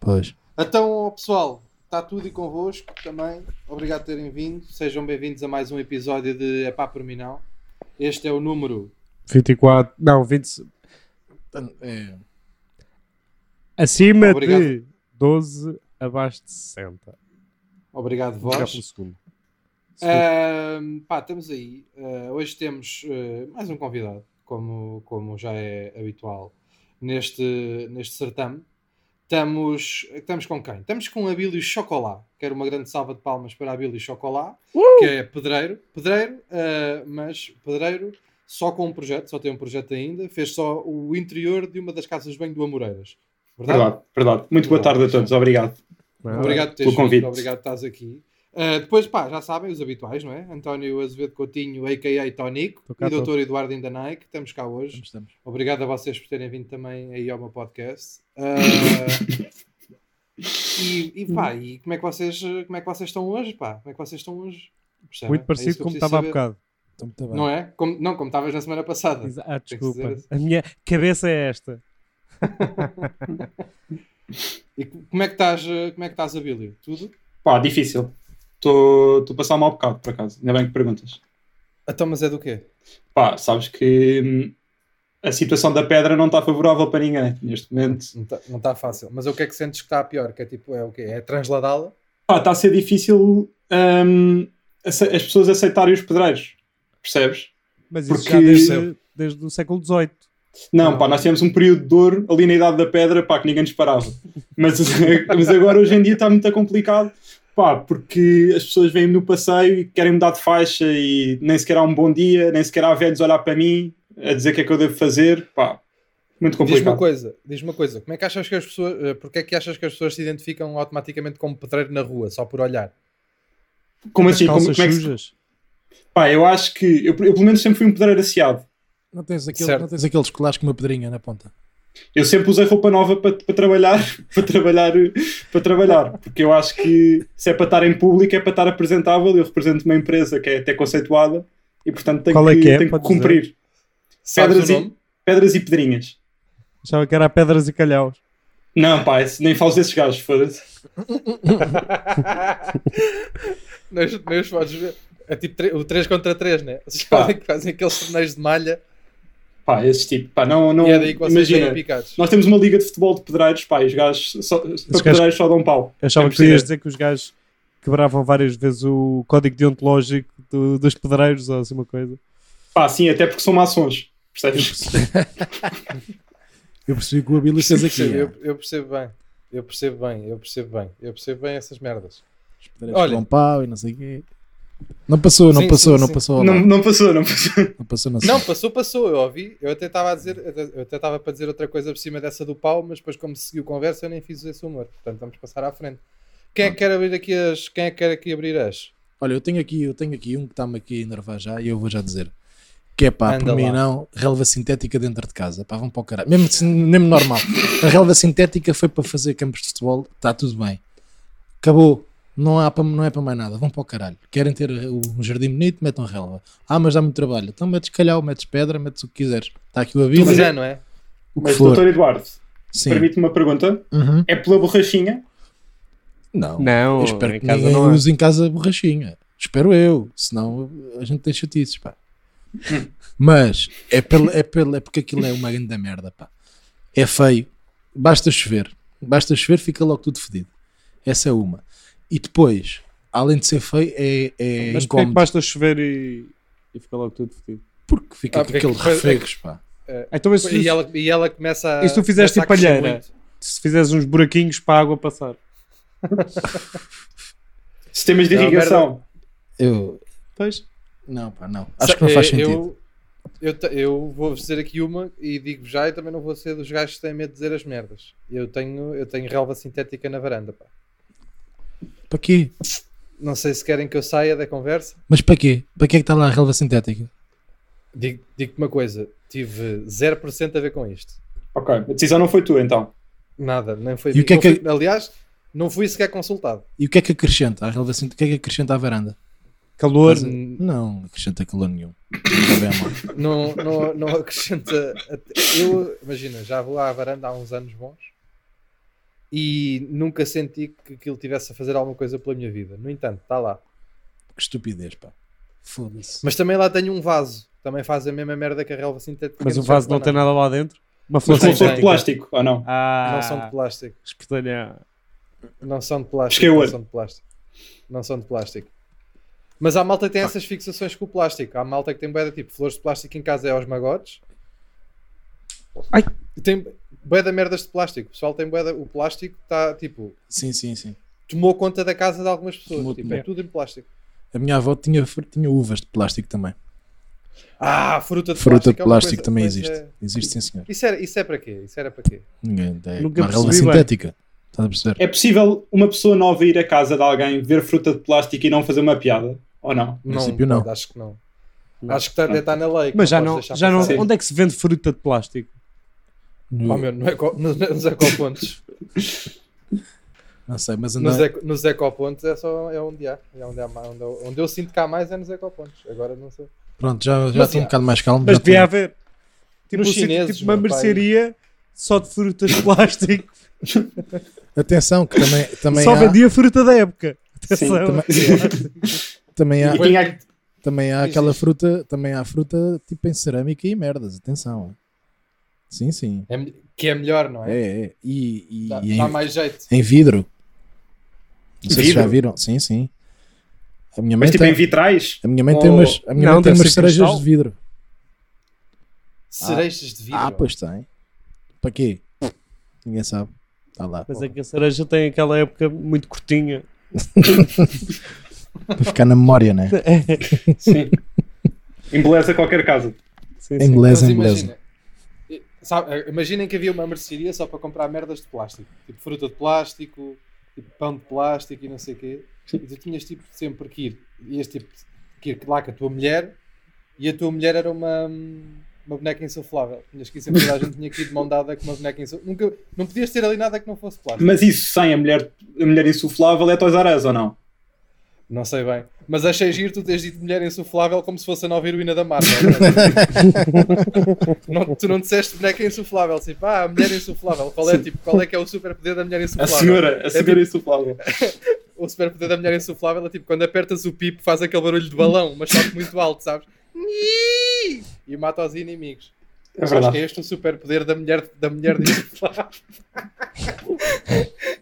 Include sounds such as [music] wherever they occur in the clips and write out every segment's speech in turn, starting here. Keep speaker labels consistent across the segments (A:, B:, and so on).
A: Pois.
B: Então, pessoal, está tudo e convosco também. Obrigado por terem vindo. Sejam bem-vindos a mais um episódio de Epá por mim não. Este é o número
A: 24. Não, 20. É. Acima
B: Obrigado.
A: de 12, abaixo de 60.
B: Obrigado
A: Obrigado pelo
B: vós.
A: segundo.
B: É, Ahm, pá, estamos aí. Ah, hoje temos ah, mais um convidado, como, como já é habitual neste, neste certame. Estamos, estamos com quem? Estamos com Abílio Chocolá. Quero uma grande salva de palmas para Abílio Chocolá,
C: Uh!
B: que é pedreiro. Pedreiro, ah, mas pedreiro só com um projeto, só tem um projeto ainda. Fez só o interior de uma das casas de banho do Amoreiras. Verdade?
C: Verdade, verdade. Muito boa tarde a todos, obrigado.
A: Nada.
B: Obrigado por teres
C: pelo
B: vindo,
C: convite.
B: obrigado por estás aqui. Uh, depois, pá, já sabem, os habituais, não é? António Azevedo Coutinho, a.k.a. Tonico,
A: Tô cá,
B: e Dr. Eduardo Indanaik, estamos cá hoje.
D: Estamos, estamos.
B: Obrigado a vocês por terem vindo também aí ao meu podcast.
A: [laughs]
B: Uh, e, e pá, e como é, que vocês, como é que vocês estão hoje, pá? Como é que vocês estão hoje? Percebem?
A: Muito
B: É
A: parecido
B: isso que eu
A: como
B: preciso
A: estava há
B: saber.
A: bocado.
D: Estão Então, muito bem.
B: Não é? Como, não, como estavas na semana passada.
A: Exa- Ah,
B: Tem que dizer
A: desculpa.
B: isso.
A: A minha cabeça é esta.
B: E como é que estás, uh, como é que estás, Abílio? Tudo?
C: Pá, difícil. Estou a passar mal bocado, por acaso. Ainda bem que perguntas.
B: Então, mas é do quê?
C: Pá, sabes que hum, a situação da pedra não está favorável para ninguém neste momento.
B: Não está fácil. Mas o que é que sentes que está pior? Que é tipo, é o quê? É transladá-la?
C: Pá, está a ser difícil hum, ace- as pessoas aceitarem os pedreiros. Percebes?
A: Mas isso
C: Porque-
A: já desde, desde o século XVIII.
C: Não, pá, nós tivemos um período de ouro ali na idade da pedra, pá, que ninguém nos parava. Mas, [laughs] mas agora, hoje em dia, está muito complicado, pá, porque as pessoas vêm no passeio e querem mudar de faixa e nem sequer há um bom dia, nem sequer há velhos a olhar para mim, a dizer o que é que eu devo fazer, pá, muito
B: Diz-me uma
C: complicado.
B: coisa, diz uma coisa, como é que achas que as pessoas, eh, porque é que achas que as pessoas se identificam automaticamente como pedreiro na rua, só por olhar?
C: Como assim? Como,
A: Calças
C: como é que se-
A: sujas.
C: Pá, eu acho que, eu, eu pelo menos sempre fui um pedreiro aciado.
D: Não tens, aquele,
B: Certo.
D: não tens aqueles colares com uma pedrinha na ponta.
C: Eu sempre usei roupa nova para para trabalhar, [laughs] para trabalhar, para trabalhar, porque eu acho que se é para estar em público é para estar apresentável. Eu represento uma empresa que é até conceituada e portanto tenho
A: Qual é
C: que,
A: que é?
C: tenho que
A: Pode dizer?
C: cumprir
B: Sabes
C: pedras
B: o
C: e,
B: nome? [laughs]
C: pedras e pedrinhas.
A: Achava que era pedras e calhaus.
C: Não, pá, esse- nem falo desses gajos, foda-se.
B: Nas, nas fotos, é tipo tre- o 3 contra 3, né? [laughs] Vocês
C: Pá.
B: fazem, fazem aqueles torneios de malha
C: Pá, esse tipo, pá, não, não
B: e é daí que vocês
C: imagina.
B: saem picados.
C: Nós temos uma liga de futebol de pedreiros, pá, e os gajos só, para pedreiros só dão pau.
A: Eu achava
C: Temos
A: que
C: de
A: tu ias
C: ver.
A: dizer que os gajos quebravam várias vezes o código deontológico do- dos pedreiros ou assim uma coisa.
C: Pá, sim, até porque são maçons, percebes?
D: Eu percebi que o Abílio fez
B: Eu
D: aqui.
B: percebo,
D: é.
B: eu, eu percebo bem, eu percebo bem, eu percebo bem, eu percebo bem essas merdas.
D: Os pedreiros
B: Olha.
D: com pau e não sei o quê. Não passou, não
B: Sim,
D: passou,
B: sim,
D: não é?
B: sim.
D: passou.
C: Não, não passou, não passou.
D: Não passou, não
B: Não,
D: sei.
B: passou, passou, eu ouvi. Eu até estava a dizer, eu até estava para dizer outra coisa por cima dessa do pau, mas depois, como seguiu conversa, eu nem fiz esse humor. Portanto, vamos passar à frente. Quem é que quer abrir aqui as. Quem é que quer aqui abrir as?
D: Olha, eu tenho aqui, eu tenho aqui um que está-me aqui a enervar já e eu vou já dizer. Que é pá,
B: Anda
D: para mim
B: lá.
D: não, relva sintética dentro de casa. Pá, vão para o caralho. Mesmo, se- mesmo normal. A relva sintética foi para fazer campos de futebol, está tudo bem. Acabou. Não, há para, não é para mais nada, vão para o caralho. Querem ter um jardim bonito, metam relva. Ah, mas dá muito trabalho. Então metes calhau, metes pedra, metes o que quiseres. Está aqui o aviso.
B: Mas é, não é?
D: O que
C: Mas,
D: for.
C: doutor Eduardo,
D: Sim.
C: permite-me uma pergunta.
D: Uhum.
C: É pela borrachinha?
D: Não.
A: Não,
D: Eu espero que ninguém use em casa a borrachinha. Espero eu, senão a gente tem chatices,
A: [laughs]
D: pá. Mas é, pelo, é, pelo, é porque aquilo é uma grande merda, pá. É feio. Basta chover. Basta chover, fica logo tudo fedido. Essa é uma. E depois, além de ser feio, é, é
A: Mas porquê que
D: incómodo.
A: basta chover e, e fica logo tudo fedido?
D: Porque fica
B: Ah,
D: com
A: é
B: porque
D: aquele
B: depois-
D: refregos, pá.
A: Então, e se,
B: E ela, e ela começa a.
A: E se tu fizeste
B: começa a crescer
A: palheira?
B: muito.
A: se fizeres uns buraquinhos para a água passar?
C: Sistemas de
B: Não,
C: irrigação.
D: Eu.
A: Pois. é,
D: Não, pá, não. Acho
B: Sa-
D: que não faz
B: eh,
D: sentido.
B: Eu, eu, te- eu vou dizer aqui uma e digo já, e também não vou ser dos gajos que têm medo de dizer as merdas. Eu tenho, eu tenho relva sintética na varanda, pá.
D: Para quê?
B: Não sei se querem que eu saia da conversa.
D: Mas para quê? Para que é que está lá a relva sintética?
B: Digo- Digo-te uma coisa, tive 0% a ver com isto.
C: Ok, a decisão não foi tua então.
B: Nada, nem foi.
D: E o que é
B: não
D: que-
B: fui- aliás, não fui sequer consultado.
D: E o que é que acrescenta à relva sintética? O que é que acrescenta à varanda?
A: Calor.
B: N-
D: Não acrescenta calor nenhum. Ainda bem, amor.
B: Não, não, não acrescenta. até- Eu, imagina, já vou à varanda há uns anos bons e nunca senti que aquilo tivesse a fazer alguma coisa pela minha vida. No entanto, está lá.
D: Que estupidez, pá. Foda-se.
B: Mas também lá tenho um vaso. Também faz a mesma merda que a relva sintética.
A: Mas o
B: serve
A: vaso
B: para
A: não tem nada lá dentro? Uma
C: Mas
A: flor
C: com
B: tem,
C: flor de
B: tem.
C: plástico, ou não?
A: Ah,
B: Não são de plástico.
A: espetalhar.
B: Não são de
C: Cheguei
B: plástico.
C: o
B: Não
C: olho.
B: são de plástico. Não são de plástico. Mas a malta que tem essas fixações com o plástico. Há malta que tem boeda tipo flores de plástico em casa é aos magotes.
A: Ai.
B: Tem boeda merdas de plástico. O pessoal tem boeda. O plástico está tipo.
D: Sim, sim, sim.
B: Tomou conta da casa de algumas pessoas.
D: Tomou,
B: tipo,
D: tomou.
B: é tudo em plástico.
D: A minha avó tinha, tinha uvas de plástico também.
B: Ah, fruta de
D: Fruta de
B: plástico. é uma
D: plástico
B: coisa-
D: também
B: pois
D: existe.
B: é.
D: Existe, sim, senhor.
B: Isso, era, isso é para quê? Isso era para quê?
D: Ninguém tem.
A: Nunca
D: Uma relva
A: percebi bem.
D: sintética. Estás a perceber?
C: É possível uma pessoa nova ir à casa de alguém, ver fruta de plástico e não fazer uma piada? Ou não?
D: No princípio, não.
B: pode, Acho que não. Acho que está, deve estar na lei. que
A: Mas já
B: podes
A: não,
B: deixar
A: já não
B: passar.
C: Sim.
A: onde é que se vende fruta de plástico?
D: No-
B: Oh, meu, no eco, [laughs] no- nos ecopontos. é-
D: não sei, mas
B: nos,
D: andar.
B: eco, nos ecopontos é só é onde há. É onde, há mais, onde, eu- onde eu sinto cá mais é nos ecopontos. Agora não sei.
D: Pronto, já, já
B: Mas,
D: estou um
B: é.
D: bocado mais calmo.
A: Mas
D: já estou-
A: devia haver tipo,
B: Nos
A: um sítio-
B: chineses,
A: tipo uma
B: meu pai.
A: mercearia só de frutas de plástico.
D: Atenção, que
A: [laughs]
D: também, também
A: só
D: há.
A: vendia fruta da época. Atenção.
D: Também, [laughs] também há,
C: E tinha que-
D: também há
B: Diz,
D: aquela
B: diz.
D: fruta, também há fruta tipo em cerâmica e merdas. Atenção. Sim, sim.
B: É me- que é melhor, não é?
D: É, é. E, Ah. e-
B: Dá,
D: e em,
B: dá mais jeito.
D: em vidro. Não sei se já
C: Vidro?
D: viram. Sim, sim. A minha mãe
C: Mas tipo
D: tem,
C: em vitrais?
D: a minha mãe tem umas, a minha
A: Não,
D: mãe tem
A: deve
D: umas
A: ser
D: cerejas
A: cristal.
D: de vidro.
B: Cerejas de vidro.
D: Ah, pois tem. Para quê? Ninguém sabe. Está lá.
A: Mas é que a cereja tem aquela época muito curtinha.
D: Para ficar na memória, né?
C: Sim. Embeleza qualquer casa.
A: Sim,
D: Em
A: sim.
B: Mas
D: inglês, em inglês.
B: imagina. E- sabe, eh, imaginem que havia uma mercearia só para comprar merdas de plástico. Tipo fruta de plástico, tipo pão de plástico e não sei o quê. E tu tinhas tipo sempre que ir. Ias tipo que ir lá com a tua mulher e a tua mulher era uma, uma boneca insuflável. Tinhas que ir sempre lá, a gente tinha que ir de mão dada com uma boneca insuflável. Nunca, não podias ter ali nada que não fosse plástico.
C: Mas isso sem a mulher, a mulher insuflável é Toys R Us, ou não?
B: Não sei bem. Mas achei giro tu teres dito mulher insuflável como se fosse a nova heroína da Marvel. é?
C: [laughs]
B: Não- tu não disseste boneca insuflável. Tipo, ah, a mulher insuflável. Qual é, tipo, qual é que é o superpoder da mulher
C: A
B: insuflável?
C: senhora, a senhora
B: tipo-
C: insuflável.
B: O superpoder da mulher insuflável é tipo, quando apertas o pipo faz aquele barulho de balão, mas só que muito alto, sabes? E mata os inimigos.
C: É
B: Acho que
C: verdade.
B: é este o superpoder da mulher, da mulher
C: [laughs]
B: de insuflável.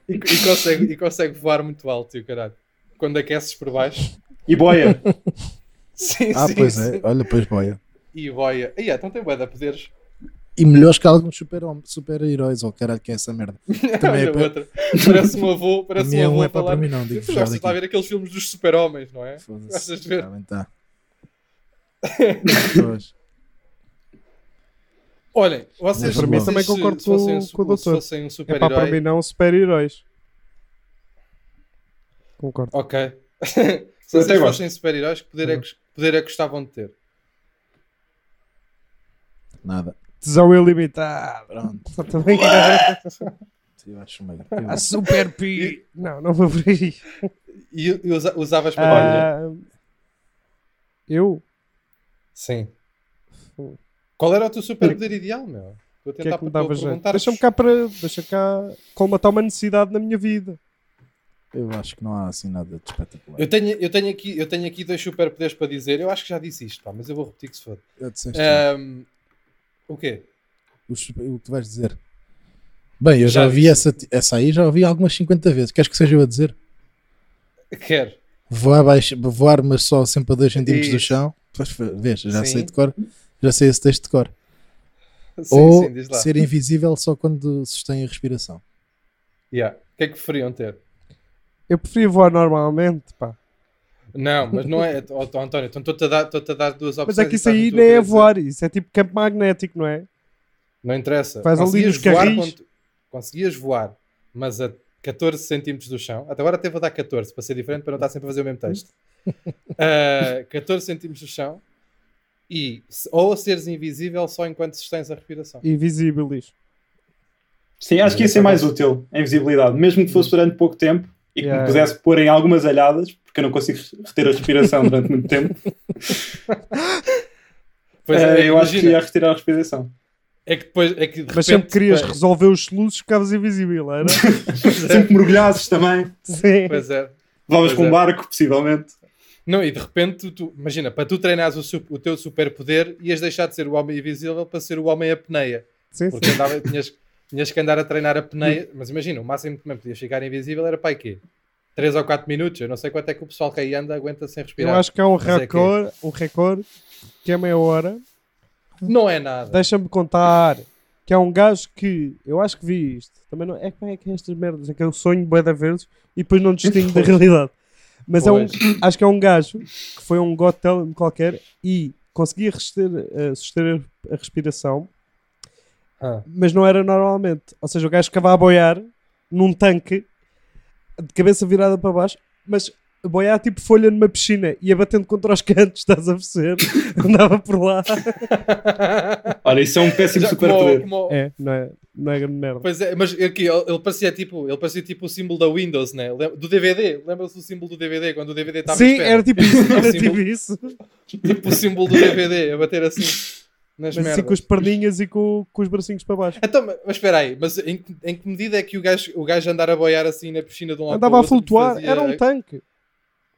B: e, e consegue, e consegue voar muito alto, e o caralho. Quando aqueces por baixo.
C: E boia.
B: Sim,
D: Ah,
B: sim,
D: pois
B: sim.
D: é. Olha, pois boia.
B: e boia. Aí, então tem bué de poderes. [laughs]
D: E melhores que alguns super-hom- super-heróis, ou caralho, que é essa merda. Também é
B: Olha,
D: para-
B: outra. Parece um avô,
D: Para
B: parece
D: mim
B: um
D: é
B: avô
D: um
B: a
D: é para, para
B: falar.
D: mim não, digo
B: Tu
D: já
B: gostas de lá
D: daqui.
B: ver aqueles filmes dos super-homens, não é? Gostas
D: Foda-se.
B: de ver?
D: Tá bem,
B: [laughs]
D: tá. Pois.
B: Olhem, vocês,
D: Mas para mim
B: vocês
A: também
B: se-
A: concordo
B: se fossem
A: com-
B: um
A: com o
B: su- se
A: doutor.
B: fossem um
A: É pá, para mim
B: super-herói.
A: não super-heróis. Concordo.
B: Ok. [laughs] se
C: Eu até
B: vocês
C: gosto.
B: fossem super-heróis, que poder é que, poder é que gostavam de ter?
D: Nada.
A: Tesão ilimitado.
D: Pronto.
A: Só também
D: Eu acho uma.
A: [laughs] a super pi. Não, não vou por aí.
B: E, e usa- usavas para.
A: Ah, eu?
B: Sim. Qual era o teu super-poder ideal, meu? Estou a
A: O que é
B: tentar
A: que me
B: estou a
A: dava jeito?
B: perguntar.
A: Deixa-me cá para. Deixa-me cá colmatar uma necessidade na minha vida.
D: Eu acho que não há assim nada de espetacular.
B: Eu tenho, eu, tenho aqui, eu tenho aqui dois superpoderes para dizer. Eu acho que já disse isto, pá, mas eu vou repetir que se for.
D: Eu disseste
B: Ah, Ahm, o quê?
D: o super- o que tu vais dizer. Bem, eu já,
B: Já
D: vi essa, essa aí, já ouvi algumas 50 vezes. Queres que seja eu a dizer?
B: [laughs] Quer.
D: Voar, baixo, voar mas só sempre a 2 centímetros do
B: Isso.
D: chão. Pois, Vês, já
B: Sim.
D: sei de cor. Já sei esse texto de cor.
B: Sim,
D: Ou
B: sim, diz lá.
D: ser invisível só quando sustém a respiração.
B: Yeah. O que é que preferiam ter?
A: Eu preferia voar normalmente, pá.
B: Não, mas não
A: [laughs]
B: é. Ó, ó, António, então estou-te a, dar- estou-te a dar duas opções.
A: Mas é que
B: e
A: isso aí
B: estás-me tu a
A: nem é
B: querer dizer.
A: voar, isso é tipo campo magnético, não é?
B: Não interessa.
A: Faz ali
B: Conseguias
A: nos
B: voar
A: carris.
B: quando- Conseguias voar, mas a 14 centímetros do chão. Até agora até vou dar 14 para ser diferente, para não estar sempre a fazer o mesmo
A: [laughs]
B: texto. Ah, 14 centímetros do chão e se- ou seres invisível só enquanto sustens a respiração.
A: Invisível isso.
C: Sim, acho que ia ser mais útil, a invisibilidade. Mesmo que fosse durante pouco tempo e que
A: Yeah.
C: me pudesse pôr em algumas alhadas, porque eu não consigo reter a respiração durante muito tempo.
B: Pois
C: eh,
B: é,
C: eu acho que
A: eh,
B: imagina.
C: ia retirar a respiração.
B: É que depois. É que de repente,
A: Mas sempre querias
B: pois-
A: resolver os soluços, ficavas
B: [laughs]
A: invisível, era?
B: é-
C: Sempre mergulhasses também.
A: Sim.
B: Pois é.
C: Levavas
B: Pois
C: com um
B: é.
C: barco, possivelmente.
B: Não, e de repente, tu, imagina, para tu treinares o, su- o teu superpoder, ias deixar de ser o homem invisível para ser o homem a peneia.
A: Sim, sim.
B: Porque andava, tinhas, tinhas que andar a treinar a peneia. Mas imagina, o máximo que também podias ficar invisível era para aí quê? 3 ou 4 minutos. Eu não sei quanto é que o pessoal que aí anda aguenta sem respirar.
A: Eu acho que há um
B: Mas é que-
A: recorde, um recorde que é meia hora.
B: Não é nada.
A: Deixa-me contar que há um gajo que eu acho que vi isto. Também não, é que é que é estas merdas, é que eu sonho bué da vezes e depois não distingo da realidade. Mas é um, acho que é um gajo que foi a um got talent qualquer e conseguia rester, eh, suster a- a respiração,
B: Ah.
A: mas não era normalmente. Ou seja, o gajo ficava a boiar num tanque de cabeça virada para baixo, mas a boiar tipo folha numa piscina e ia batendo contra os cantos, [laughs] estás a perceber? Andava por lá.
C: Olha, isso é um péssimo
B: Já
C: superpoder.
B: como-
A: Tipo É, não é, não é grande merda.
B: Pois é, mas aqui ele, ele parecia tipo, ele parecia tipo o símbolo da Windows, né? Lem- Do DVD, lembra-se do símbolo do DVD quando o DVD estava tá à
A: Sim,
B: espera?
A: era tipo isso,
B: É o
A: era tipo
B: símbolo-
A: isso.
B: tipo o símbolo do DVD a bater
A: [laughs]
B: assim nas
A: Mas assim
B: merdas.
A: com as perninhas e com, com os bracinhos para baixo.
B: Então, mas mas espera aí, mas em, que- em que medida é que o gajo, o gajo andar a boiar assim na piscina de um lado
A: Andava
B: para
A: a
B: o outro
A: flutuar,
B: fazia- é
A: era um tanque.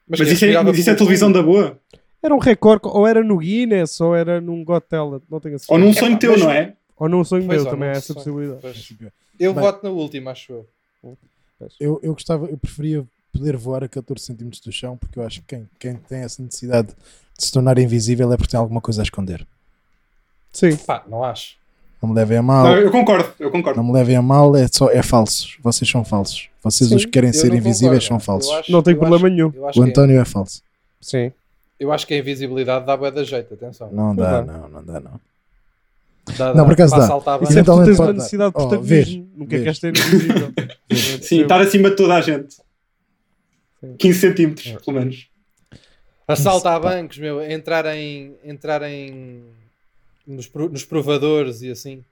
C: Mas isso, é, mas isso é televisão da boa.
A: Era um recorde, ou era no Guinness, ou era num Got Talent, não tenho a certeza.
C: Ou num sonho teu, não é?
A: Ou num sonho
B: Pois,
A: meu,
B: ó,
A: também há
B: num
A: essa
B: sonho.
A: possibilidade.
B: Pois. Eu
D: Bem.
B: voto na última, acho eu.
D: Eu, eu gostava, eu preferia poder voar a 14 cm do chão, porque eu acho que quem, quem tem essa necessidade de se tornar invisível é porque tem alguma coisa a esconder.
A: Sim,
B: Pá, não acho.
D: Não me levem a mal,
C: Não, eu concordo, eu concordo.
D: não me levem a mal, é, só, é falsos. Vocês são falsos. Vocês, os
A: Sim,
D: que querem
B: Eu
D: ser
B: não
D: invisíveis,
B: concordo.
D: são
B: Eu
D: falsos.
B: acho-
A: não tem
B: eu
A: problema
B: acho-
A: nenhum.
B: Eu acho,
D: O
B: que,
D: António é falso.
A: Sim.
B: eu acho que a invisibilidade dá boa da jeito, atenção.
D: Não dá,
A: dá.
D: não, não dá, não.
B: Dá,
D: Não, por acaso
B: passa
D: dá.
B: a saltar
A: Isso
D: Sim,
A: é
B: bem.
A: porque
D: Eventualmente
A: tu tens uma
D: pode dar.
A: necessidade de
D: Oh,
A: protagonismo.
D: vês,
A: Nunca
D: vês.
A: queres ter invisível. [laughs]
C: Sim,
B: tá-
C: estar acima de toda a gente. 15 centímetros, pelo menos.
B: Assalto a bancos, meu, entrar em. Entrar em nos, pro- nos provadores e
A: [coughs]
B: assim.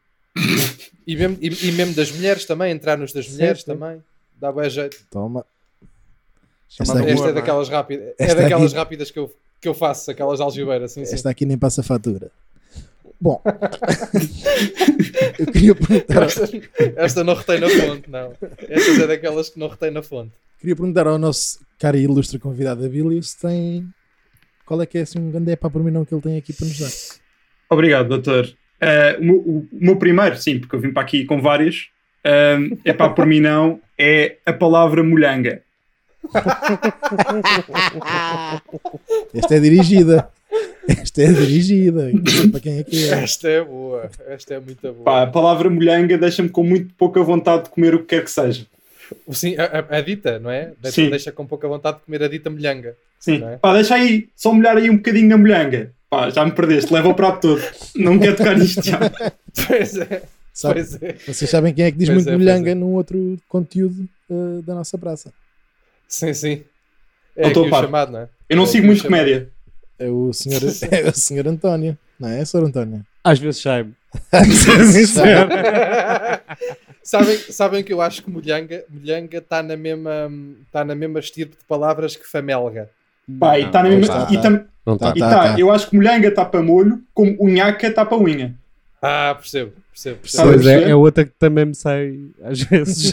B: e, mesmo, e, e mesmo das mulheres também, entrar nos das
A: Sim,
B: mulheres
A: sim.
B: também. Dá bem jeito.
D: Toma.
A: Chamava
D: Esta
A: Boa,
B: Esta
D: aqui,
A: não é?
B: é daquelas rápidas. É
D: Esta
B: daquelas
D: aqui-
B: rápidas que eu, que eu faço, aquelas de algibeiras, sim, sim.
D: esta aqui nem passa fatura. Bom, [laughs] eu queria perguntar,
B: Esta, esta não retém na fonte, não. Estas é daquelas que não retém na fonte.
D: queria perguntar ao nosso cara e ilustre convidado Abílio se tem. Qual é que é assim um grande epá por mim não que ele tem aqui para nos dar?
C: Obrigado, doutor. Eh, o, meu, o meu primeiro, sim, porque eu vim para aqui com vários. é pá, por mim não, é a palavra molhanga.
D: Esta é dirigida. Esta é dirigida. Não sei Para quem é que é?
B: Esta é boa. Esta é muito boa.
C: Pá, a palavra molhanga deixa-me com muito pouca vontade de comer o que quer que seja.
B: Sim, a, a- a dita, não é? Deixa,
C: Sim.
B: deixa com pouca vontade de comer a dita molhanga.
C: Sim,
B: Não é? [laughs]
C: pá, deixa aí, só molhar aí um bocadinho na molhanga. Pá, já me perdeste, leva o prato todo. Não quero tocar nisto já.
B: Pois é,
D: Sabe-
B: pois é.
D: Vocês sabem quem é que diz
B: Pois
D: muito
B: é, pois
D: molhanga
B: é.
D: num outro conteúdo eh, da nossa praça?
B: Sim, sim. É
C: Não
B: aqui
C: estou
B: o
C: a par.
B: chamado, não é?
C: Eu não
B: É,
C: sigo muito
B: deixa-me-
C: comédia.
D: É o senhor, [laughs] é o senhor António. Não é, senhor António?
A: Às vezes sai-me.
B: [laughs] sabem, sabem que eu acho que molhanga molhanga está na mesma está na mesma estirpe de palavras que famelga.
C: Pá, e
A: Não,
C: tá na
D: não
C: mesma-
D: está,
C: e
D: tá.
C: tam-
A: Não está.
C: e
D: Tá,
C: tá,
D: tá.
C: eu acho que molhanga está para molho, como unhaca está para unha.
B: Ah, percebo, percebo. percebo.
C: Sabe-
A: Pois é, é outra que também me sai às
B: [laughs]
A: vezes.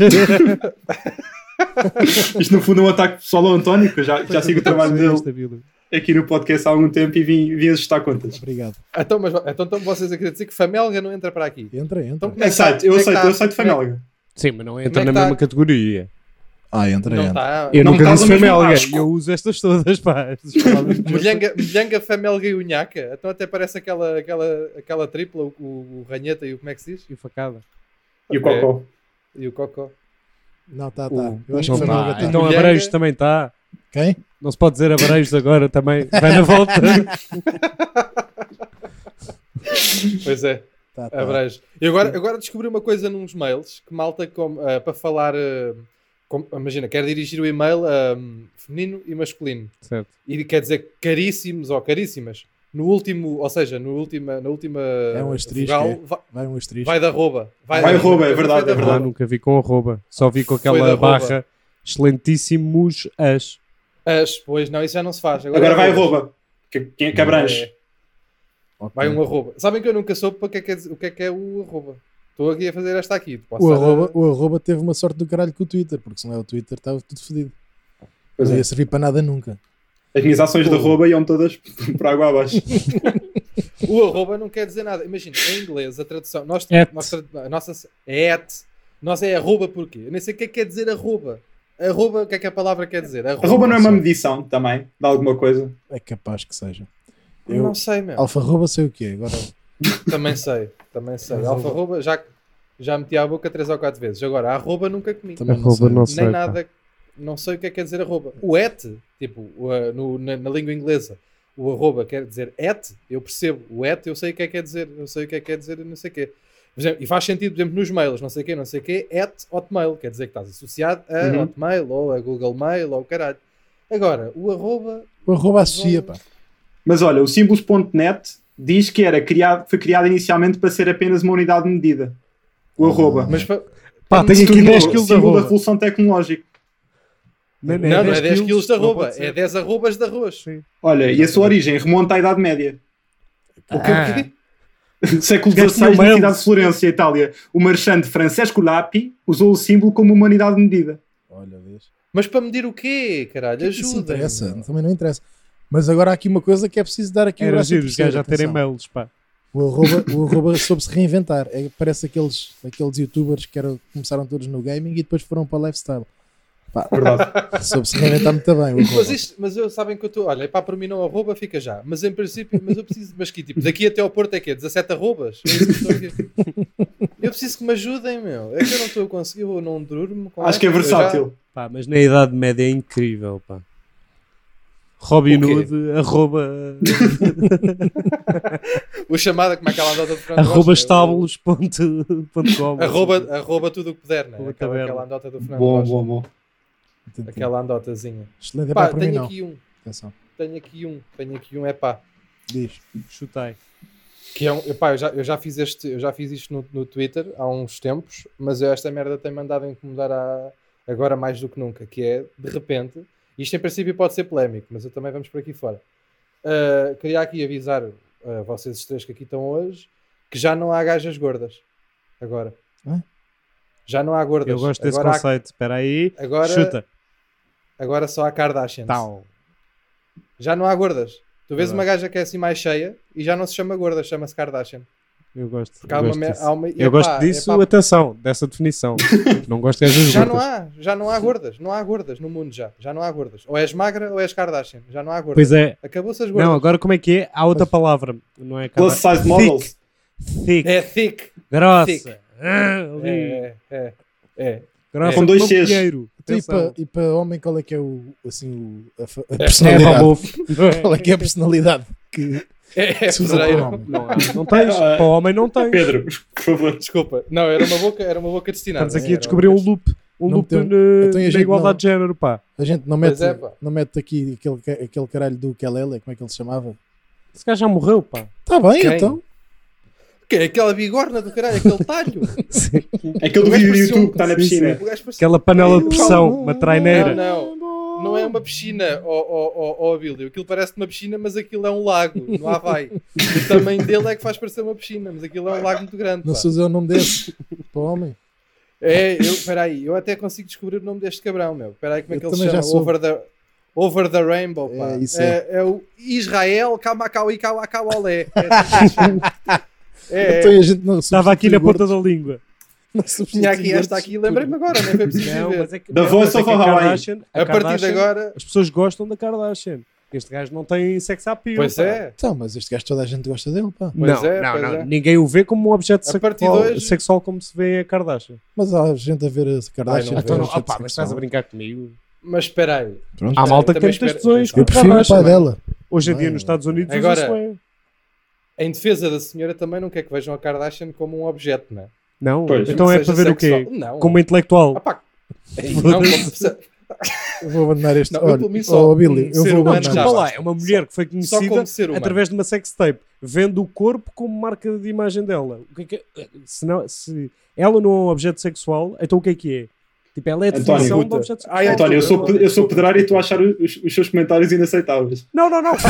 C: Isto no fundo é um ataque pessoal ao António, que eu já, já sigo o trabalho dele
A: Esta vida.
C: aqui no podcast há algum tempo e vim, vim ajustar contas.
D: Obrigado.
B: Então, mas, então, então vocês a querer dizer que famelga não entra para aqui.
D: Entra, entra.
B: Então, como é que tá-
C: Aceito, eu
B: como é que
C: aceito,
B: tá-
C: eu aceito
B: como é que-
C: Fanelga.
A: Sim, mas não
B: Como
A: entra
B: é
A: na
B: que tá?
A: mesma categoria.
D: Ah, entra,
B: então Não tá.
D: entra.
B: está.
A: Eu
C: Não
A: nunca
C: me um
A: disse
C: causa mesmo
A: famelga.
C: asco.
A: Eu uso estas
B: [laughs]
A: todas, pá. Estas palavras todas.
B: Molhanga, molhanga, famelga e unhaca. Então até parece aquela, aquela, aquela tripla, o, o, o ranheta e o como é que se diz?
A: E facada.
C: E o
B: é.
C: Cocó.
B: E o cocó.
D: Não, está, está.
B: O-
D: Eu acho que foi
A: Não
D: tá.
A: tá. Então
B: Mulher-
A: Abreios também está.
D: Quem?
A: Não se pode dizer Abreios agora também. [laughs] Vai na volta.
D: [laughs]
B: Pois é.
D: Tá, tá.
B: Abrange. Eu agora, agora descobri uma coisa nos mails que malta como, ah, para falar. ah, como- imagina, quer dirigir o e-mail a hum, feminino e masculino.
A: certo.
B: E quer dizer caríssimos ou caríssimas. No último, ou seja, no última, na última
D: um asterisco,
B: vogal,
D: é.
B: va-
D: Vai um asterisco.
B: vai da rouba.
C: Vai
B: da
C: arroba, é
B: Foi
C: verdade,
B: da
C: é
A: Ah,
C: verdade.
A: nunca vi com arroba. Só vi com
B: Foi da
A: aquela
B: arroba.
A: barra. Excelentíssimos as.
B: As, pois, não, isso já não se faz.
C: Agora vai
B: é
C: a rouba. Que, que, que abrange.
B: É.
D: Ok.
B: Vai um arroba. Sabem que eu nunca soube para que é que é, o que é que é o arroba. Estou aqui a fazer esta aqui. Posso
D: O
B: dar a-
D: arroba, o arroba teve uma sorte do caralho com o Twitter, porque senão o Twitter estava tudo fodido.
C: Pois
D: Não
C: é.
D: ia servir para nada nunca.
C: As minhas ações de arroba iam todas [laughs] para água abaixo.
B: O arroba não quer dizer nada. Imagina, em inglês a tradução. Nós,
E: At.
B: nós tradu- a nossa é at. Nós é arroba porquê? Eu nem sei o que é que quer dizer arroba. Arroba, o que é que a palavra quer dizer?
C: Arroba não é uma medição também, de alguma coisa.
D: É capaz que seja.
B: Eu
D: Eu,
B: não sei, meu.
D: alfa arroba sei o quê, agora
B: Também sei. Também sei. Alfarroba já, já meti à boca três ou quatro vezes. Agora, arroba nunca comi.
D: também não sei.
A: não
B: nem
A: sei, pá.
B: nada. Não sei o que é que quer dizer arroba. O at, tipo, o, uh, no- na, na língua inglesa, o arroba quer dizer at, eu percebo. O at, eu sei o que é que quer dizer. Eu sei o que é que quer dizer, não sei o quê. Por exemplo, e faz sentido, por exemplo, nos mails, não sei o quê, não sei o quê, at Hotmail, quer dizer que estás associado a
C: Uhum.
B: Hotmail ou a Google Mail ou o caralho. Agora, o arroba,
D: O arroba associa, pá.
C: Mas olha, o símbolos.net diz que era criado, foi criado inicialmente para ser apenas uma unidade de medida. O arroba.
B: mas pa-
A: Pá, tenho aqui
C: Tornou
A: 10 quilos
C: símbolo
A: de
C: da
A: arroba.
C: revolução tecnológica.
A: Mano,
B: não, não é 10 quilos de
A: não
B: arroba,
A: pode ser.
B: é 10 arrobas de arroz.
A: Sim.
C: Olha, e a sua origem remonta à Idade Média.
B: O
A: Ah,
B: que é que-
C: Século
A: Gatinho
C: XVI, na
A: Melo.
C: cidade de Florença, Itália. O marchante Francesco Lapi usou o símbolo como uma unidade de medida.
D: Ah, Olha, vês.
B: Mas para medir o quê, caralho?
A: é
D: Isso
B: Ajuda.
D: interessa, também não interessa. Mas agora há aqui uma coisa que é preciso dar aqui o
A: Era
D: braço a
A: giro, os
D: torcer,
A: gajos já terem
D: atenção.
A: mails, pá.
D: O arroba, o arroba soube-se reinventar. É, parece aqueles, aqueles youtubers que eram, começaram todos no gaming e depois foram para o lifestyle. Pá,
C: Verdade.
D: soube-se reinventar muito bem. O
B: Mas,
D: arroba.
B: isto, mas eu sabem que eu estou. Olha, pá, para mim não arroba, fica já. Mas em princípio, mas eu preciso. Mas que tipo, daqui até ao Porto é que é 17 arrobas? É isso que eu, estou a ouvir. eu preciso que me ajudem, meu. É que eu não estou a conseguir, eu não durmo. com
C: Acho que é
B: esta, eu já-
C: versátil.
A: Pá, mas na Idade Média é incrível, pá. Robin
B: O quê?
A: Hood, arroba,
B: O chamado, como é aquela andota do Fernando
A: arroba
B: Rocha, o-
A: estábulos ponto- ponto com.
B: Arroba, arroba tudo o que puder, né?
A: Arroba
B: Aquela,
A: taberna.
B: aquela andota do Fernando
C: Bom,
B: Rocha.
C: bom, bom.
D: Portanto,
B: Aquela andotazinha.
D: Excelente, é
B: Pá,
D: para mim
B: tenho
D: não.
B: aqui um.
D: Atenção.
B: Tenho aqui um. Tenho aqui um, é pá.
D: Diz.
A: Chutei.
B: Que é um, epá, eu, já, eu já fiz este, eu já fiz isto no, no Twitter há uns tempos, mas eu- esta merda tem mandado incomodar a- agora mais do que nunca, que é de repente, isto em princípio pode ser polémico, mas eu também vamos por aqui fora. Ah, queria aqui avisar ah, vocês os três que aqui estão hoje que já não há gajas gordas agora.
D: Hã?
B: Já não há gordas.
A: Eu gosto desse
B: agora, há-
A: conceito. Espera aí.
B: agora,
A: Chuta.
B: agora só há Kardashians.
A: Tal.
B: Já não há gordas. Tu vês
A: Verdade.
B: uma gaja que é assim mais cheia e já não se chama gorda, chama-se Kardashian.
A: Eu gosto.
B: Porque
A: Eu
B: há uma
A: gosto
B: mer-
A: disso,
B: há uma- e
A: Eu
B: epá,
A: gosto disso,
B: epá,
A: atenção,
C: [laughs]
A: dessa definição. não gosto de gajas
B: Já não
A: gordas.
B: há, já não há gordas, não há gordas no mundo já, já não há gordas. Ou és magra ou és Kardashian, já não há gordas.
A: Pois é.
B: Acabou-se as gordas.
A: Não, agora como é que é? Há outra palavra. Não é
C: Plus
A: cada-
C: size models.
A: Thick. Thick.
B: É thick. Thick.
A: Grossa. Ah, ali.
B: É, é, é.
A: Grossa
C: Com dois
A: como
C: Cs.
A: pinheiro.
D: Então, e,
B: Tipo,
A: Atenção.
D: para, e para homem, qual é que é o, assim, o, a, fa- a
A: É
D: personalidade?
A: Rabof.
B: [laughs]
D: qual é que é a personalidade que
B: É, é,
D: se usa para
B: pedreiro.
D: homem?
A: Não, há. não tens. Para o homem não tens.
C: É. Pedro, por favor.
B: Desculpa, não, era uma boca, era uma boca destinada.
A: Estamos aqui
B: Era
A: a descobrir
B: uma
A: um
B: boca
A: loop. Um
D: Não
A: loop
D: tem-
A: na,
D: então e a
A: na
D: gente
A: igualdade
D: não-
A: de género, pá.
D: A gente não
B: Pois
D: mete,
B: é, pá.
D: não mete aqui aquele, ca- aquele caralho do Kalele, como é que ele se chamava?
A: Esse gajo já morreu, pá.
D: Está bem, então.
B: Quem? [laughs] destinada. Que é aquela bigorna do caralho, aquele
A: [laughs]
B: talho.
C: É Aquele do
B: Mas
C: vídeo do
B: parecia um-
C: YouTube que está na
A: sim,
C: piscina.
B: O gajo parecia-
A: tá Aquela panela de pressão, uma traineira.
B: Não, não. Não é uma piscina, ó oh, oh, oh, Abílio. Aquilo parece uma piscina, mas aquilo é um lago, no Havaí. O tamanho dele é que faz parecer uma piscina, mas aquilo é um lago muito grande.
D: Não
B: pá.
D: se usa o nome desse para o homem.
B: É, eu, peraí, eu até consigo descobrir o nome deste cabrão, meu. Peraí, como é
D: Eu
B: que ele se
D: também já
B: chama?
D: soube.
B: Over the, Over the Rainbow, pá.
D: É, isso é.
B: é o Israel Kamakau
D: [laughs]
B: e Kawakaulé. É, assim que se chama. é,
D: Então a gente não
A: Estava aqui na
D: substitui
A: ponta da língua.
D: gordos, não substitui
B: [laughs] tinha aqui
D: gordos
B: esta aqui,
D: por-
B: lembrei-me agora, nem foi preciso
A: Não,
B: ver.
A: mas é que,
C: Da
A: não,
C: Voice
A: mas é
C: of
A: que a
C: Hawaii.
B: a
A: Kardashian,
B: partir de
A: Kardashian-
B: agora,
A: As pessoas gostam da Kardashian. Este gajo não tem sex appeal.
B: pois
A: pá.
B: é,
D: Então, mas este gajo toda a gente gosta dele, pá.
A: Não,
B: Pois é,
A: não,
B: pois
A: não.
B: é.
A: Ninguém o vê como um objeto
B: A partir
A: sexual,
B: de hoje-
A: sexual como se vê a Kardashian.
D: Mas há gente a ver a Kardashian.
B: Ai, não
D: a ver
B: vejo.
A: Então, não,
D: a gente
A: opá, mas
D: sexual.
A: estás a brincar comigo.
B: mas peraí.
D: Pronto.
A: Há malta que tem
B: Também
A: muitas
B: espero-
A: tesões.
D: Eu
A: com
D: prefiro o pai
A: Kardashian. é?
D: dela.
A: Hoje em dia
D: Não. é.
A: nos Estados Unidos
B: Agora-
A: usa-se bem.
B: Em defesa da senhora também não quer que vejam a Kardashian como um objeto, não é?
A: Não,
C: Pois.
A: então é
B: Seja
A: para ver o quê?
B: sexual. Não.
A: Como é intelectual.
B: Ah, pá. Ei, não, como [laughs] pessoa-
D: Eu vou abandonar este.
B: Não, eu
D: Olha,
B: pelo menos só
D: oh, Billy, eu
B: ser
D: vou
B: humano
A: Não,
B: Mas já
D: abandonar.
A: desculpa
B: basta.
A: lá, é uma mulher que foi
B: só
A: conhecida
B: como ser humano.
A: através de uma sextape, vendo o corpo como marca de imagem dela. O que é que é? Se, não- se ela não é um objeto sexual, então o que é que é? Tipo, ela é a
C: António,
A: definição de
C: escuta.
A: objeto sexual.
B: Ai,
C: António, eu sou,
B: Desculpa.
C: eu sou pedrário e estou a achar os, os seus comentários inaceitáveis.
A: Não, não, não. [laughs]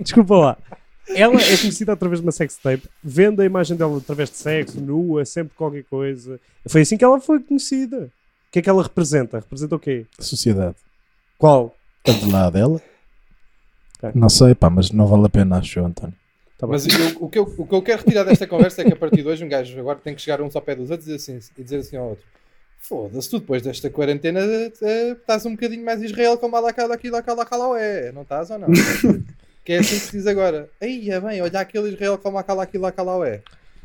A: desculpa lá. Ela é conhecida através de uma sextape, vendo a imagem dela através de sexo, nua, sempre qualquer coisa. Foi assim que ela foi conhecida. O que é que ela representa? Representa o quê?
D: A sociedade.
A: Qual?
D: Está do lado dela.
A: Tá.
D: Não sei, pá, mas não vale a pena, acho eu, António.
A: Tá bem.
B: Mas eu- o, que eu, o que eu quero retirar desta conversa é que a partir de hoje um gajo agora tem que chegar uns ao pé dos outros e dizer assim, e dizer assim ao outro: Foda-se, tu depois desta quarentena eh, estás um bocadinho mais Israel com malaca daqui, lá, cá, lá, cá, lá, é. Não estás ou
A: [laughs]
B: não? que é assim que se diz agora. Aí é bem, olha aquele Israel com malaca daqui, lá, cá, lá, é.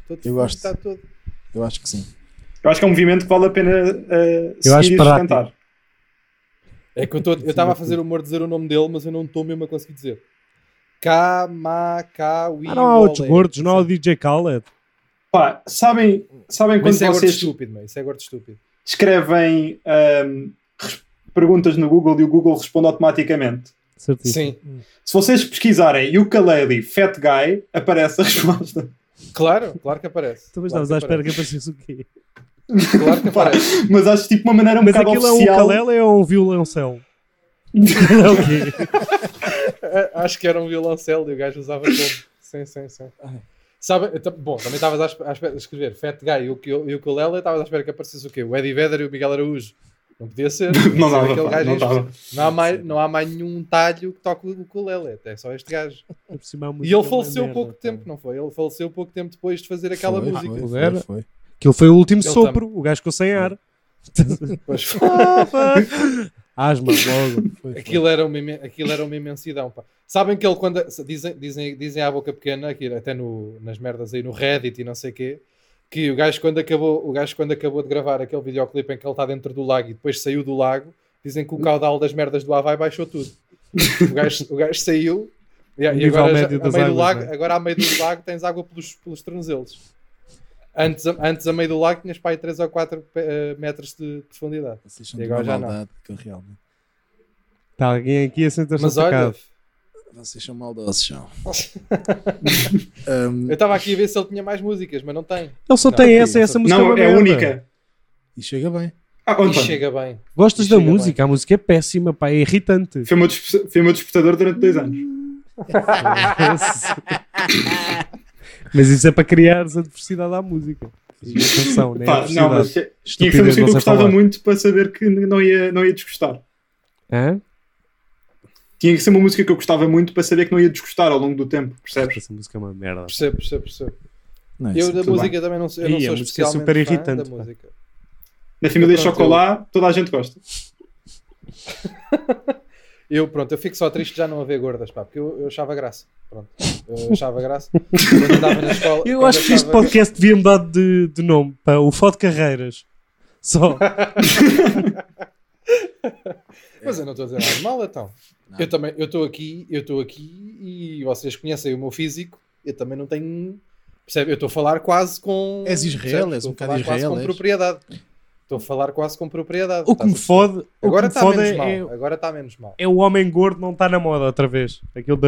B: Todo
D: Eu gosto.
B: Está todo.
D: Eu acho que sim.
C: Eu acho que é um movimento que vale a pena eh, seguir
D: acho
C: e
D: prático.
C: sustentar.
B: É que eu tô- eu estava a fazer humor de dizer o nome dele, mas eu não estou mesmo a conseguir dizer. Kamakawi.
A: Ah, não há outros gordos, não há o DJ Khaled.
C: Pá, sabem, sabem quando
B: Mas isso é gordo
C: vocês
B: estúpido, meu. Isso é gordo estúpido.
C: escrevem ahm, res- perguntas no Google e o Google responde automaticamente?
A: Certíssimo.
B: Sim.
C: Se vocês pesquisarem ukulele fat guy, aparece a [laughs] resposta.
B: Claro, claro que aparece.
A: Tu Então,
B: Claro
A: mas estavas à espera que aparecesse o quê?
B: aparece. Claro
A: [laughs]
B: que
C: Pá,
B: aparece.
C: mas acho tipo uma maneira um
A: Mas
C: bocado
A: aquilo é um
C: oficial.
A: ukulele ou um violoncelo? é o quê?
B: A- Acho que era um violoncelo e o gajo usava todo. Sim, sim, sim.
C: Ah.
B: Sabe, eu ta- bom, também estavas à espe- à espera de escrever Fat Guy e o que- e o Colela, estavas à espera que aparecesse o quê? O Eddie Vedder e o Miguel Araújo. Não
C: [laughs]
B: podia
C: [laughs]
B: ser.
C: Não
B: Ser
C: dava,
B: aquele
C: pá,
B: gajo é
C: não
B: em especial.
C: dava.
B: não, há mais, não há mais nenhum talho que toque o Colela, é só este gajo.
A: Por cima a
B: E
A: música é
B: ele
A: uma
B: faleceu
A: merda,
B: pouco
A: pá.
B: tempo, não foi? Ele faleceu pouco tempo depois de fazer aquela
D: Foi,
B: música.
D: foi,
A: Puder.
D: foi, foi.
A: Aquilo foi o último
B: Ele
A: sopro, o gajo ficou sem
C: [laughs]
A: ar.
B: Pois foi.
C: Ah,
A: [laughs] Asma, logo.
D: Foi, foi.
B: Aquilo era uma, imen- aquilo era uma imensidão. pá. Sabem que ele, quando. Dizem, dizem, dizem à boca pequena, aqui, até no- nas merdas aí no Reddit e não sei o quê, que o gajo, quando acabou, o gajo, quando acabou de gravar aquele videoclipe em que ele está dentro do lago e depois saiu do lago, dizem que o caudal das merdas do Havaí baixou tudo. O gajo, o gajo saiu. E, e
A: O nível
B: agora, já-
A: médio
B: a
A: das
B: meio do
A: águas,
B: lago,
A: né?
B: agora, a meio do lago, tens água pelos, pelos tornozelos. Antes, a- antes, a meio do lago, tinhas para aí 3 ou 4 metros de profundidade.
D: Vocês são
B: E
D: de
B: agora
D: uma
B: já não.
D: maldade que eu realmente.
A: Está Tá alguém aqui a sentar-se
B: Mas olha,
A: atacado.
D: Vocês são Um, maldosos,
B: [laughs]
D: são. Ahm,
B: Eu estava aqui a ver se ele tinha mais músicas, mas não tem.
A: Ele só
B: Não,
A: tem
B: aqui,
A: essa, essa
B: essa-
A: música é
C: Não,
A: uma
C: é
A: merda.
C: única.
D: e chega bem.
C: Ah,
B: E
C: António,
B: chega bem.
A: Gostas
B: E
A: da
B: chega
A: música? A música é péssima, pá, é [laughs] irritante.
C: foi o meu despe- foi o meu despertador durante dois anos.
A: mas isso é para criar adversidade à música. E atenção, né?
C: Pá, não, mas
A: Adversidade.
C: tinha que ser uma música
A: Estupidez, não
C: que eu
A: sei
C: gostava
A: falar.
C: muito para saber que não ia, não ia desgostar.
A: Hã?
C: Tinha que ser uma música que eu gostava muito para saber que não ia desgostar ao longo do tempo, percebes?
A: Essa música é uma merda.
B: Percebo, percebo, percebo.
D: Não, é
B: Eu
D: assim.
B: da
C: tudo
B: música também não, sou- eu não
A: Ih, a
B: sou
A: música é
B: especialmente
A: super
B: fã
A: irritante,
B: da
A: pá.
B: música.
C: Na família
B: Pronto, eu-
C: Chocolá, toda a gente gosta. [laughs]
B: Eu, pronto, eu fico só triste de já não haver gordas, pá, porque eu, eu achava graça. Pronto, eu
D: [laughs]
B: achava graça. Quando andava na escola...
A: Eu
B: quando
A: acho que este
B: achava-
A: podcast devia mudar de, de nome para o Foto Carreiras.
B: [laughs]
A: Só.
B: Mas eu não estou a dizer nada de mal, então.
D: Não.
B: Eu também, eu estou aqui, eu estou aqui e vocês conhecem o meu físico, eu também não tenho... Percebe? Eu estou a falar quase com...
D: És Israel,
B: percebes?
D: és um
B: Estou
D: bocado
B: a falar
D: Israel,
B: Quase com
D: és.
B: propriedade. Estou a falar quase com propriedade.
A: O que me
B: estás a
A: fode, o que
B: Agora
A: me
B: está
A: fode
B: menos
A: é,
B: mal.
A: é-
B: Agora está menos mal.
A: é o homem gordo não está na moda outra vez. Aquilo da,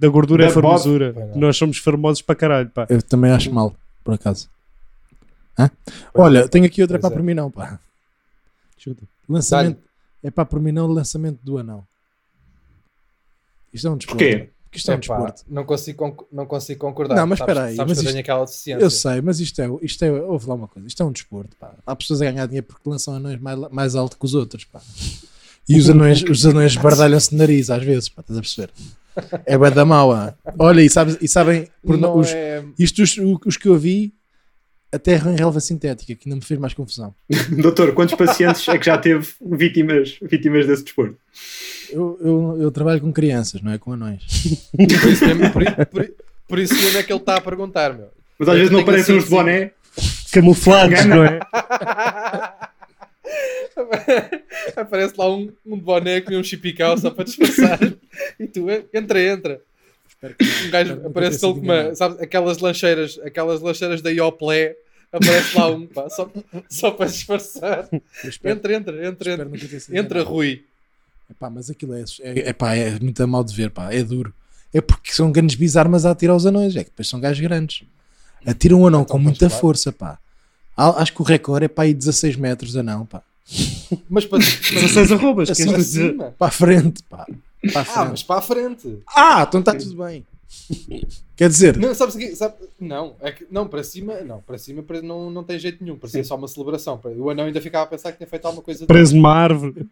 A: da gordura
C: Da
A: é formosura.
B: Pois não.
A: Nós somos famosos para caralho, pá.
D: Eu também acho mal, por acaso. Hã? Olha, tenho aqui outra
B: é, Pois
D: para
B: é.
D: por mim não, pá. Lançamento. É pá, por mim não, lançamento do anão. Isto é um desporto.
C: Porquê?
D: Porque isto é um
B: Epá,
D: desporto.
B: não, consigo conc- não consigo concordar.
D: Não, mas
B: Sabes-
D: espera aí,
B: Sabes
D: mas
B: que eu
D: isto-
B: tenho aquela deficiência.
D: Eu sei, mas isto é, isto é. Ouve lá uma coisa, isto é um desporto, pá. Há pessoas a ganhar dinheiro porque lançam anões mais, mais alto que os outros, pá. E os anões, os anões bardalham-se de nariz às vezes, pá, estás a perceber? É bué da maua. Olha, e, sabes, e sabem, por
B: Não
D: no- os,
B: é-
D: isto os, o- os que eu vi, até em relva sintética, que ainda me fez mais confusão.
C: Doutor, quantos pacientes é que já teve vítimas, vítimas desse desporto?
D: Eu, eu, eu trabalho com crianças, não é com anões.
B: por, isso mesmo, por, i- por i- por isso mesmo é que ele está a perguntar, meu. [laughs]
C: Mas às
B: Eu
C: vezes não
B: tenho
C: parecem uns
B: assim,
C: de boné.
A: Camuflados, não é?
B: Aparece lá um, um de boneco e um chipical só para disfarçar. E tu, en- entra, entra. Um gajo,
D: nunca
B: aparece
D: tenha
B: ele
D: sido
B: com uma,
D: enganado.
B: sabes, aquelas lancheiras, aquelas lancheiras da Ioplé. Aparece lá um, pá, só, só para disfarçar.
D: Eu espero,
B: Entra, entra, entra,
D: espero
B: entra.
D: nunca ter sido
B: Entra,
D: enganado.
B: Rui.
D: Epá, mas aquilo é, é, epá, é muito a mal de ver, pá, é duro. É porque são grandes bizarmas a atirar os anões, é que depois são gajos grandes. Atiram um anão
B: Então,
D: com muita
B: podes parar.
D: força, pá. Há- Acho que o recorde é para aí 16 metros de anão, pá.
B: Mas para, para,
A: 16 arrobas,
D: Assim,
A: queres
B: para
A: dizer?
B: cima.
D: Para a frente, pá. Para a
B: Ah,
D: frente.
B: mas para a frente.
D: Ah, então está tudo bem. Quer dizer,
B: Não, sabes o quê? Sabe- Não, é que, não, para cima, não, para cima para- não, não tem jeito nenhum, parecia só uma celebração. Para- O anão ainda ficava a pensar que tinha feito alguma coisa. de-
A: Preso numa árvore.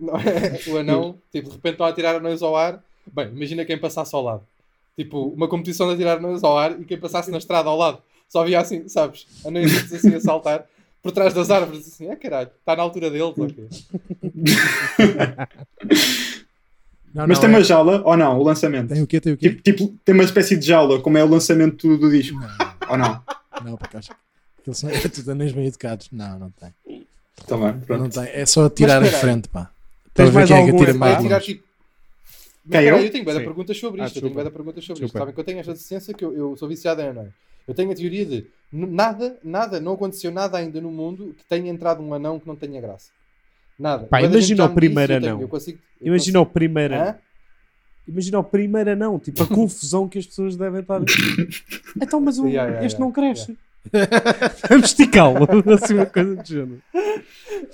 B: Não é? [laughs] O anão, tipo, de repente estão a tirar anões ao ar. Bem, imagina quem passasse ao lado. Tipo, uma competição de atirar anões ao ar e quem passasse na estrada ao lado. Só via assim, sabes? Anões assim a saltar por trás das árvores. Assim, ah caralho, está na altura deles, ok.
C: Mas
D: não,
B: Ah,
D: não,
C: tem
D: é-
C: uma jaula ou não, o lançamento?
D: tem o quê? Tem o quê?
C: Tipo, tipo, tem uma espécie de jaula, como é o lançamento do disco. Ou não?
D: Não, porque acho que eles são é tudo anéis bem educados. Não, não tem.
C: Tá bem,
D: Não
C: pronto.
D: tem. É só tirar em
B: espera aí.
D: frente, pá. Para
A: Tens
D: ver
A: mais
D: quem é que
A: algum
D: atira
A: aí
B: Vai
A: para
D: mais
B: tirar
D: longe.
B: tipo. Mas,
C: Quem,
B: peraí,
C: eu?
B: eu tenho bué de
A: Sim.
B: perguntas sobre
A: Ah,
B: isto. eu tenho
A: desculpa.
B: bué de perguntas sobre isto.
A: Desculpa.
B: Sabem que eu tenho esta deficiência que eu, eu sou viciado em anões. Eu tenho a teoria de n- nada, nada, não aconteceu nada ainda no mundo que tenha entrado um anão que não tenha graça. Nada.
A: Pá,
B: Bué da gente
A: imagina
B: já
A: o
B: me
A: primeiro
B: disse, eu tenho-
A: anão.
B: Eu consigo, eu
A: Imagina o primeiro.
B: consigo- Hã?
A: Imagina o primeiro
B: [laughs]
A: anão, tipo a confusão que as pessoas devem estar. então, mas o-
B: Yeah, yeah,
A: este
B: yeah,
A: não cresce. [laughs] Vamos esticá-lo. Assim, uma coisa do género.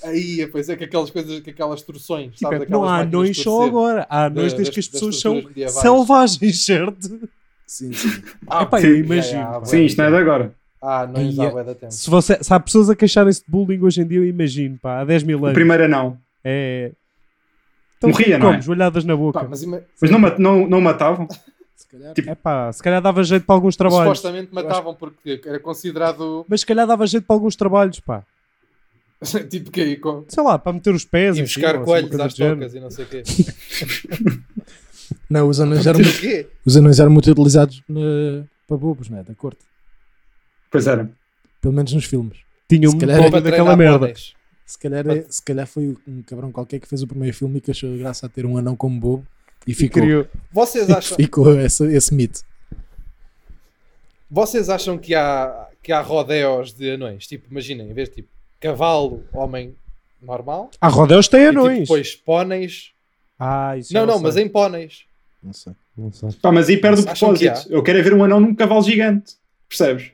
B: Aí, é, pois é que aquelas coisas, que aquelas torções,
A: Tipo,
B: sabes?
A: é que não há
B: Aquelas máquinas
A: anões
B: de
A: só
B: torcer.
A: agora. Há anões
B: Da-
A: desde
B: das-
A: que as
B: das
A: pessoas são
B: culturas medievais.
A: selvagens, [laughs] certo?
D: Sim, sim.
B: Ah,
A: Epá,
C: sim.
A: eu imagino.
B: Yeah, yeah,
C: Sim, isto não é de agora.
B: Ah, anões
D: Aí,
B: há bué da tempo.
A: Se, você, se há pessoas a queixarem-se de bullying hoje em dia, eu imagino, pá, há 10 mil
C: O
A: anos.
C: primeiro não.
A: É. Então,
C: Morria, não
A: como,
C: é?
A: joelhadas na boca.
B: Pá, mas ima-
C: Mas não, mat- não, não matavam?
D: Se calhar.
C: Tipo,
A: É pá, se calhar dava jeito para alguns trabalhos.
B: supostamente matavam porque era considerado
A: Mas se calhar dava jeito para alguns trabalhos, pá.
B: [laughs] tipo que aí com.
A: Sei lá, para meter os pés
B: E
A: em
B: buscar
A: cima, assim, uma
B: coelhos
A: coisa
B: às
A: do género.
B: tocas e não sei
A: [laughs]
B: o quê.
D: Não, os anões eram,
B: Mas quê?
D: os anões eram muito utilizados na- para bobos, não é? Da corte.
C: Pois era.
D: Pelo menos nos filmes.
A: Tinha um
D: Se calhar
A: pobre
D: era
B: Para
A: daquela
B: treinar
A: merda.
B: póneis.
D: Se calhar, é- se calhar foi um cabrão qualquer que fez o primeiro filme e que achou graça a ter um anão como bobo e ficou, [laughs]
A: Criou.
B: Vocês acham,
D: ficou esse, esse mito.
B: vocês acham que há, que há rodéos de anões? Tipo, imaginem, em vez de tipo cavalo, homem normal,
A: Há rodeios tem
B: e, tipo,
A: anões.
B: depois póneis.
A: Ah, isso já
B: Não, não, mas
A: sei.
B: em póneis.
D: Não sei.
A: Não sei.
C: Pá, mas aí perde o
B: Acham que
C: propósito. Eu quero é ver um anão num cavalo gigante. Percebes?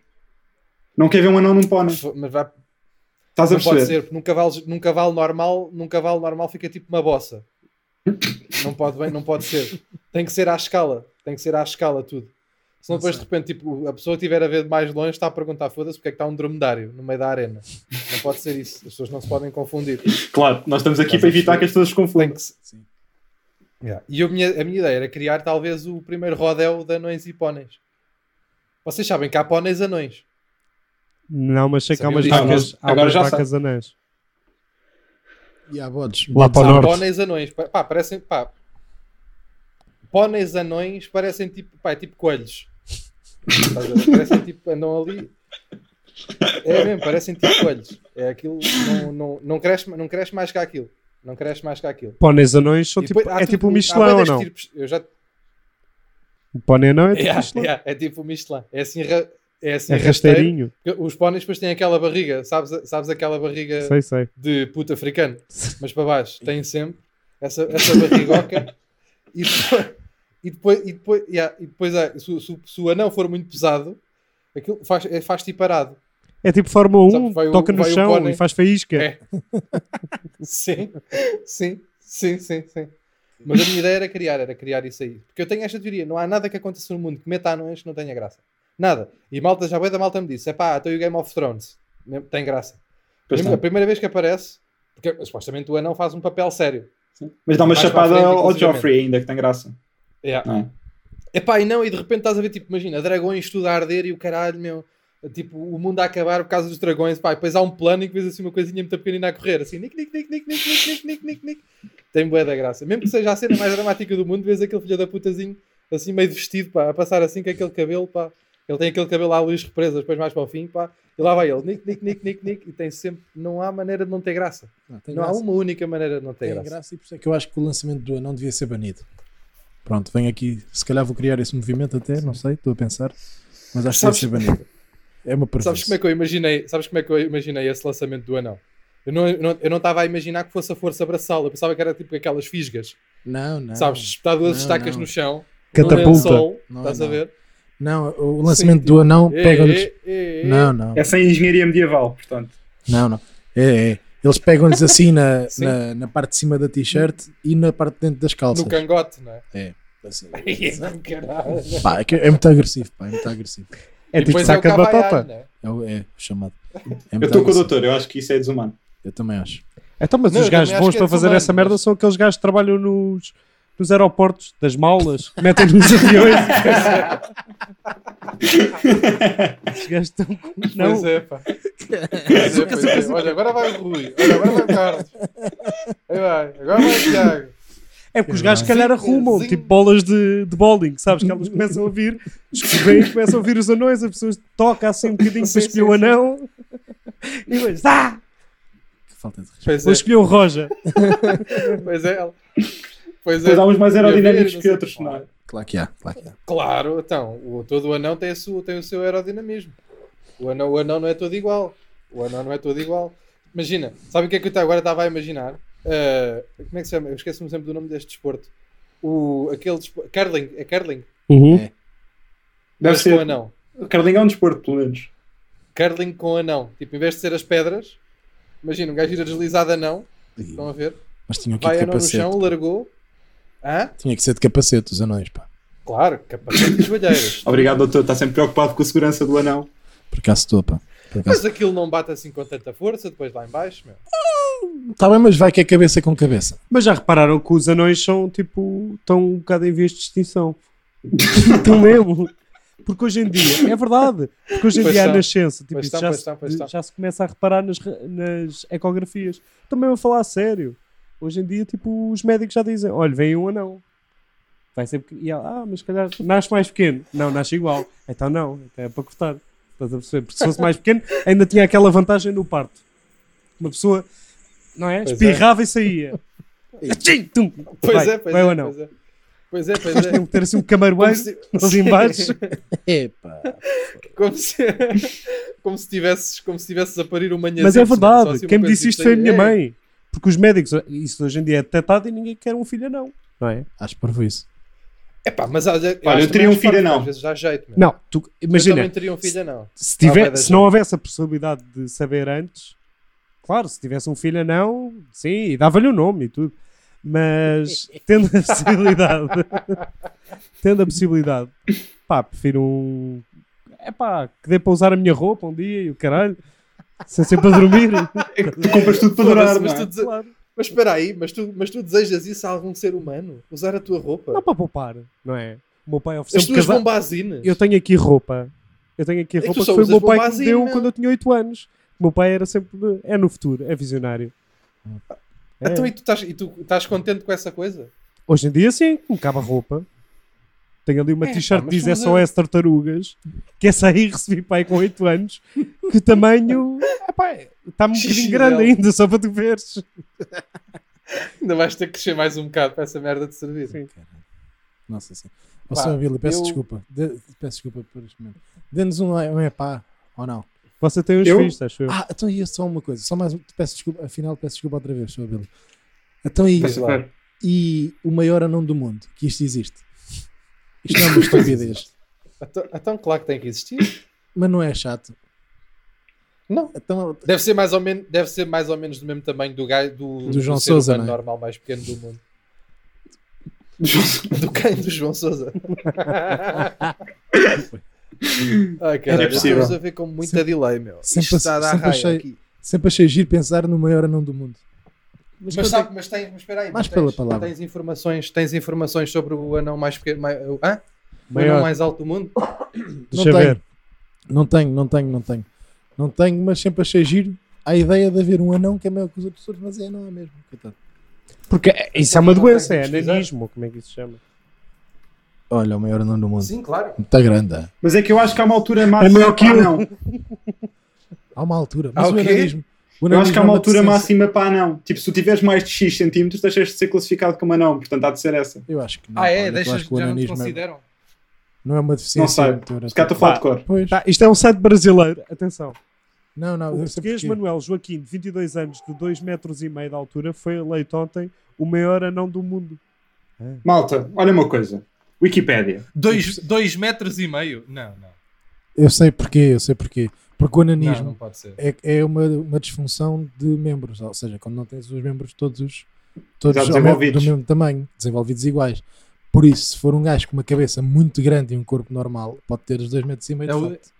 C: Não quero ver um anão num pônei.
B: Mas vai,
C: Estás a
B: não pode
C: perceber?
B: ser, porque num cavalo, num cavalo normal, num cavalo normal fica tipo uma bossa. Não pode bem, não pode ser. Tem que ser à escala, tem que ser à escala tudo. Senão
D: Não
B: depois de
D: sei.
B: repente, tipo, a pessoa que estiver a ver de mais longe está a perguntar, foda-se, porque é que está um dromedário no meio da arena. Não pode ser isso, as pessoas não se podem confundir.
C: Claro, nós estamos aqui para evitar é que as pessoas se
B: Tem
C: confundam.
B: que se-
D: Sim.
B: Yeah. E a minha, a minha ideia era criar talvez o primeiro rodel de anões e póneis. Vocês sabem que há póneis anões.
A: Não, mas sei que há
B: Sabiam
A: umas
B: disso?
A: vacas. Há
C: Agora
A: umas
C: já
A: vacas anãs.
D: E há bodes.
A: Lá
D: bodes
A: para o
D: à-
A: norte.
B: Póneis anões, pá, pá, parecem, pá. Póneis anões parecem tipo, pá, é tipo coelhos. Estás a ver? parecem tipo, andam ali. É mesmo, parecem tipo coelhos. É aquilo, não, não, não, cresce, não cresce mais que aquilo. Não cresce mais que aquilo.
A: Póneis anões são
B: E
A: tipo.
B: depois há um
A: É tipo o
B: há
A: Michelin ou
B: bué das
A: não?
B: estirpes. Eu já,
A: O pónei anão é tipo
B: Yeah,
A: Michelin.
B: yeah, é tipo o Michelin. É assim, ra- é assim
A: É
B: rasteiro.
A: rasteirinho.
B: Os póneis depois têm aquela barriga, sabes, sabes aquela barriga
A: Sei, sei.
B: de puto africano, mas para baixo tem sempre essa, essa barrigoca e depois, e depois, e depois, yeah, e depois há- se, o- se, o- se o anão for muito pesado, aquilo faz, é, faz-te parado.
A: É tipo Fórmula
B: Sabe,
A: 1,
B: vai o-
A: toca no
B: vai um o
A: chão
B: pónei.
A: e faz faísca.
B: É. Sim, sim, sim, sim, sim. Mas a minha ideia era criar, era criar isso aí. Porque eu tenho esta teoria, não há nada que aconteça no mundo que meta anões que não tenha graça. Nada. E malta, já bué da malta me disse, é pá, até o Game of Thrones mesmo- tem graça.
C: Pois tá.
B: Mesmo
C: não.
B: a primeira vez que aparece, porque supostamente o anão faz um papel sério.
C: Mas dá é uma
B: Mais para
C: chapada
B: a frente,
C: ao
B: inclusivamente.
C: Joffrey ainda, que tem graça.
B: Yeah.
C: Não é?
B: Epá, e não, e de repente estás a ver, tipo, imagina, dragões tudo a arder e o caralho, meu, tipo, o mundo a acabar por causa dos dragões, pá, e depois há um plano e que vês assim uma coisinha muito pequenina a correr, assim, nic, nic, nic, nic, nic, nic, nic, nic, nic, nic. Tem bué da graça. Mesmo que seja a cena mais dramática do mundo, vês aquele filho da putazinho, assim, meio vestido, pá, a passar assim com aquele cabelo, pá. Ele tem aquele cabelo à luz represa, depois mais para o fim, pá, e lá vai ele, nic, nic, nic, nic, nic, e tem sempre, não há maneira de não ter graça.
D: Não, tem
B: não
D: graça.
B: há uma única maneira de não ter
D: Tem
B: graça.
D: graça e por isso é que eu acho que o lançamento do anão devia ser banido. Pronto, venho aqui. Se calhar vou criar esse movimento até, não sei, estou a pensar. Mas acho
B: Sabes-
D: que devia ser banido. É uma perversa.
B: Sabes como é que eu imaginei? Sabes como é que eu imaginei esse lançamento do anão? Eu não, eu não, eu não estava a imaginar que fosse a força abraçal, eu pensava que era tipo aquelas fisgas,
D: Não, não.
B: sabes? Espetar duas
D: não,
B: estacas
D: não.
B: no chão, no
A: Catapulta.
B: sol,
D: Não,
B: estás a
D: não.
B: ver?
D: Não, o lançamento
B: Sim, é,
D: do anão
B: Ê,
D: pegam-lhes.
B: ê, ê, ê.
D: Não, não.
C: É sem engenharia medieval, portanto.
D: Não, não. É, é. Eles pegam-lhes assim na,
B: Sim.
D: na, na parte de cima da t-shirt e na parte de dentro das calças.
A: tipo
B: No cangote, não é? um
D: É. Assim,
B: [laughs] Caralho.
D: pá, é, que é muito agressivo, pá, é muito agressivo.
A: É
B: E
A: tipo
B: depois é o
A: saca de
B: Cavaiano,
A: batata.
B: né?
D: É, o- é o chamado. É
C: Eu
D: muito
C: estou com o
D: agressivo.
C: doutor, eu acho que isso é desumano.
D: Eu também acho.
A: Então, mas
B: Não,
A: os
B: eu
A: gajos
B: também acho
A: bons
B: que é
A: para fazer
B: desumano,
A: essa merda
B: mas-
A: são aqueles gajos que trabalham nos, nos aeroportos, das malas, que
B: [laughs]
A: metem nos aviões. Os gajos estão. com- Não,
B: Pois é, pá. Pois é, pois é. Olha, agora vai o Rui. Olha, agora vai o Carlos. Aí vai. Agora vai o Tiago.
A: É porque os gajos, se calhar,
B: Zing,
A: arrumam
B: zing.
A: tipo bolas de, de bowling, sabes? Que elas começam a vir, descobrem, começam a ouvir os anões, as pessoas tocam assim um bocadinho
B: Sim,
A: para escolher o
B: sim, sim.
A: anão e depois, ah!
D: Que falta de respeito.
B: Pois é,
A: Vou escolher o Roja.
B: Pois é. Pois é.
C: Mas há uns mais
B: Eu vi,
C: aerodinâmicos
B: não
C: que
B: sei
C: outros,
B: como é.
C: não é?
D: Claro que há, claro que há.
B: Claro, então, o, todo o anão tem, a sua- tem o seu aerodinamismo. O anão, o anão não é todo igual. O anão não é todo igual. Imagina, sabe o que é que eu ta- agora estava a imaginar? Ah, como é que se chama? Eu esqueço-me sempre do nome deste desporto. O, aquele desporto. Curling, é curling?
C: Deve
B: Mas com
C: ser.
B: anão.
C: Carlinho é um desporto, pelo menos.
B: Curling com anão. Tipo, em vez de ser as pedras, imagina, um gajo ir a deslizar de anão. Estão a ver?
D: Mas tinham que ir
B: Vai
D: de
B: anão no
D: capacete.
B: chão, largou. Hã?
D: Tinha que ser de capacete, os anões, pá.
B: Claro, capacete
C: [laughs]
B: de joalheiras.
C: Obrigado, doutor. Está sempre preocupado com a segurança do anão.
D: Por acaso estou, pá. Por acaso.
B: Mas aquilo não bate assim com tanta força, depois lá em baixo, meu.
D: Está bem, mas vai que é cabeça com
B: [laughs]
D: cabeça.
A: Mas já repararam que os anões são tipo. estão um bocado em vias de extinção. [laughs] Estão mesmo. Porque hoje em dia, é verdade, porque hoje em
B: Pois
A: dia
B: são.
A: à nascença, tipo,
B: Pois
A: isto
B: são,
A: já,
B: pois
A: se-
B: são, pois são.
A: já se começa a reparar nas, re- nas ecografias. Também vou falar a sério. Hoje em dia, tipo, os médicos já dizem: olha, vem um anão. Vai ser pequeno. E ela, ah, mas se calhar nasce mais pequeno. Não, nasce igual. Então não, então é para cortar. Estás a perceber? Porque se fosse mais pequeno, ainda tinha aquela vantagem no parto. Uma pessoa, não é?
B: Pois é.
A: Espirrava e saía. Tchim, tum.
B: Pois
A: Vai,
B: é, pois
A: vai
B: é.
A: ou não?
B: Pois é, pois é. Pois é.
A: Tem que ter assim um camaroeiro
B: se-
A: ali embaixo.
D: Epá.
B: [laughs] como se, como se tivesses, como se tivesses a parir um assim uma tipo É.
A: Mas é verdade, quem me disse isto foi a minha mãe. Porque os médicos, isso hoje em dia é detectado e ninguém quer um filho não. Não é?
D: Acho por isso.
B: É pá, mas há, eu
C: Olha, eu
B: acho
C: teria um
B: que
C: filho
B: faz parte,
C: anão.
B: Às vezes dá jeito, meu.
A: Não, tu,
B: Eu
A: imagina,
B: também teria um filho não.
A: se,
B: Ah, vai
A: tiver,
B: dar
A: se
B: jeito.
A: não houvesse a possibilidade de saber antes, claro, se tivesse um filho não, sim, e dava-lhe o nome e tudo.
B: [laughs]
A: Mas tendo a possibilidade, [laughs] tendo a possibilidade, pá, prefiro um. É pá, que dê para usar a minha roupa um dia e o caralho, sem ser para dormir.
B: [laughs]
C: É que tu compras tudo para durar,
B: Foda-se,
C: não
B: mas,
C: é?
B: tu dese- mas espera aí, mas tu, mas tu desejas isso a algum ser humano? Usar a tua roupa?
A: Não para poupar, não é? O meu pai
B: As
A: ofereceu-me
B: tuas
A: casaco.
B: bombazinas?
A: Eu tenho aqui roupa. Eu tenho aqui
B: que
A: roupa
B: tu
A: que,
B: só
A: foi o meu
B: usas
A: pai que me
B: bombazinho,
A: deu
B: meu.
A: quando eu tinha 8 anos. O meu pai era sempre. É no futuro, é visionário. É.
B: Então, e tu estás, e tu estás contente com essa coisa?
A: Hoje em dia, sim, me cabe a roupa. Tenho ali uma t-shirt
B: pá,
A: que
B: mas
A: diz
B: estamos
A: SOS Tartarugas, que essa aí recebi pai com 8 anos, que o [laughs] tamanho epá, está-me um
B: Xixi
A: bocadinho grande
B: dela.
A: ainda, só para tu veres.
B: Ainda vais ter que crescer mais um bocado para essa merda de servir.
A: Sim.
D: Nossa senhora. Ó,
B: Pá,
D: senhor Vila, peço
B: eu-
D: desculpa. De- peço desculpa por este momento. Dê-nos um, um epá, ou não?
A: Você tem uns
C: Eu?
A: filhos, acho eu.
D: Ah, então ia só uma coisa. Só mais um- Peço desculpa. Afinal, peço desculpa outra vez, senhor Vila. Então e,
C: Mas,
B: lá.
D: e o maior anão do mundo? Que isto existe. Isto não é uma
B: [laughs]
D: estupidez.
B: Então, então, claro que tem que existir.
D: Mas não é chato.
B: Não.
D: Então,
B: Deve ser mais ou menos, deve ser mais ou menos do mesmo tamanho do gajo do,
D: João
B: ser
D: Sousa,
B: humano
D: não é?
B: normal mais pequeno do mundo. [laughs] Do quem? Do João
C: [laughs]
B: Sousa. Ai, caralho,
C: É possível.
B: estamos a ver com muita delay, meu. Isto
D: Sempre-
B: está a dar
D: sempre
B: raia
D: achei-
B: aqui.
D: sempre achei giro pensar no maior anão do mundo.
B: Mas, é
D: quando
B: sabe, mas tens, mas espera aí,
D: Mais
B: mas
D: pela
B: tens,
D: palavra.
B: tens informações, tens informações sobre o anão mais pequeno, mais, o- hã? O
A: Maior.
B: anão mais alto do mundo?
A: Deixa
D: não
A: ver.
D: Tenho. Não tenho, não tenho, não tenho. Não tenho, mas sempre achei giro a ideia de haver um anão que é maior que os outros todos, mas é não é mesmo. Coitado.
A: Porque isso é uma
B: Não
A: doença,
B: tenho
A: é
B: que pesquisar.
A: ananismo, como é que isso se chama?
D: Olha, o maior anão do mundo.
B: Sim, claro.
D: Muito grande. é?
C: [laughs] Mas é um. que eu acho que há uma altura máxima.
A: maior que
C: para
A: eu.
C: anão.
D: Há uma altura, mas
B: Ah,
D: o
B: o quê?
D: ananismo. o
C: Eu acho que um. há
D: ananismo é
C: uma altura
D: deficiência.
C: máxima para anão. Tipo, se tu tiveres mais de X centímetros, deixas de ser classificado como anão. Portanto, há de ser essa.
D: Eu acho que não.
B: Ah,
D: olha,
B: é?
D: eu
B: Deixas,
D: acho que o
B: já não te
D: ananismo é-
B: consideram?
D: não é uma
C: Não
D: deficiência.
C: sei.
D: motora.
C: Se calhar estou a falar de cor.
D: Pois.
A: Tá, isto é um site brasileiro, atenção.
D: Não, não,
A: O
D: eu sei
A: português
D: porquê.
A: Manuel Joaquim, de 22 anos, de 2 metros e meio de altura, foi eleito ontem o maior anão do mundo.
C: Malta, olha uma coisa. Wikipédia.
B: Dois, dois metros e meio? Não, não.
D: Eu sei porquê, eu sei porquê. Porque o
B: Não,
D: ananismo
B: não pode ser.
D: é, é uma, uma disfunção de membros, ou seja, quando não tens os membros todos,
C: Já
D: todos ao mesmo-
C: desenvolvidos.
D: do mesmo tamanho, desenvolvidos iguais. Por isso, se for um gajo com uma cabeça muito grande e um corpo normal, pode ter os dois metros e meio de
B: É o-
D: fato.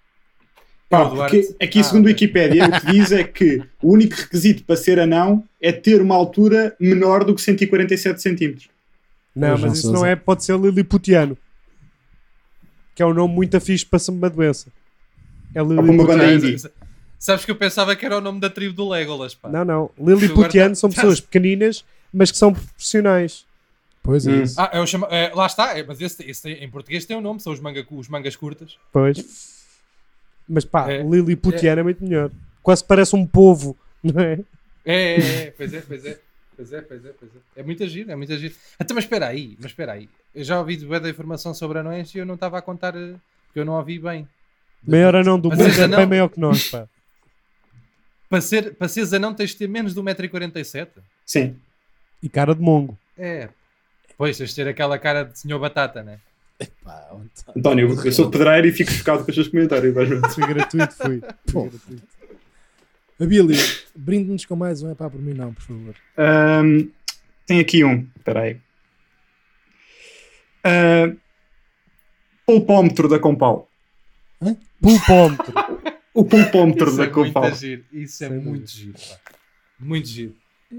C: Pá,
B: Eduardo-
C: porque aqui,
B: Ah,
C: segundo a
B: ok.
C: Wikipédia, o que diz é que o único requisito para ser anão é ter uma altura menor do que 147 centímetros.
A: Não,
D: Mas não
A: mas isso
D: sou assim.
A: não é, pode ser liliputiano. Que é um nome muito afixe para ser uma doença.
C: para
A: É
C: uma banda
A: liliputiano.
C: indie. Andy.
B: Sabes que eu pensava que era o nome da tribo do Legolas, pá.
A: Não, não. Liliputiano
B: tá-
A: são pessoas pequeninas, mas que são profissionais.
D: Pois é
C: Hum.
D: isso.
B: Ah, é o chama... é, lá está, é, mas esse, esse tem- em português tem um nome, são os, manga, os mangas curtas.
A: Pois. Mas pá,
B: É.
A: liliputiano é. muito melhor. Quase parece um povo, não é?
B: É, é, é, pois é, pois é. Pois é, pois é, pois é. É muito agir, é muito agir. Até, mas espera aí, mas espera aí. Eu já ouvi de bué da informação sobre anões e eu não estava a contar, eh, porque eu não ouvi bem.
A: Maior anão do
B: Mas
A: mundo
B: esse
A: é
B: anão-
A: bem maior que nós, pá.
B: Para, ser, para seres anão tens de ter menos de 1,47m.
C: Sim.
A: E cara de mongo.
B: É. Pois, tens de ter aquela cara de senhor batata, né?
D: Pá, onde-
C: António, eu- eu sou pedreiro e fico chocado com os seus comentários. vais ver.
A: Foi gratuito, foi.
D: [laughs] Pô.
A: Foi gratuito.
D: Abílio, brinde-nos com mais um. É pá, por mim não, por favor.
C: Ahm, tem aqui um. Espera aí. Ah, pulpómetro da Compal.
A: Pulpómetro.
C: O pulpómetro
B: Isso
C: da
B: é muito
C: Compal.
B: giro, isso é
A: Sem
B: muito giro, pá. Muito giro.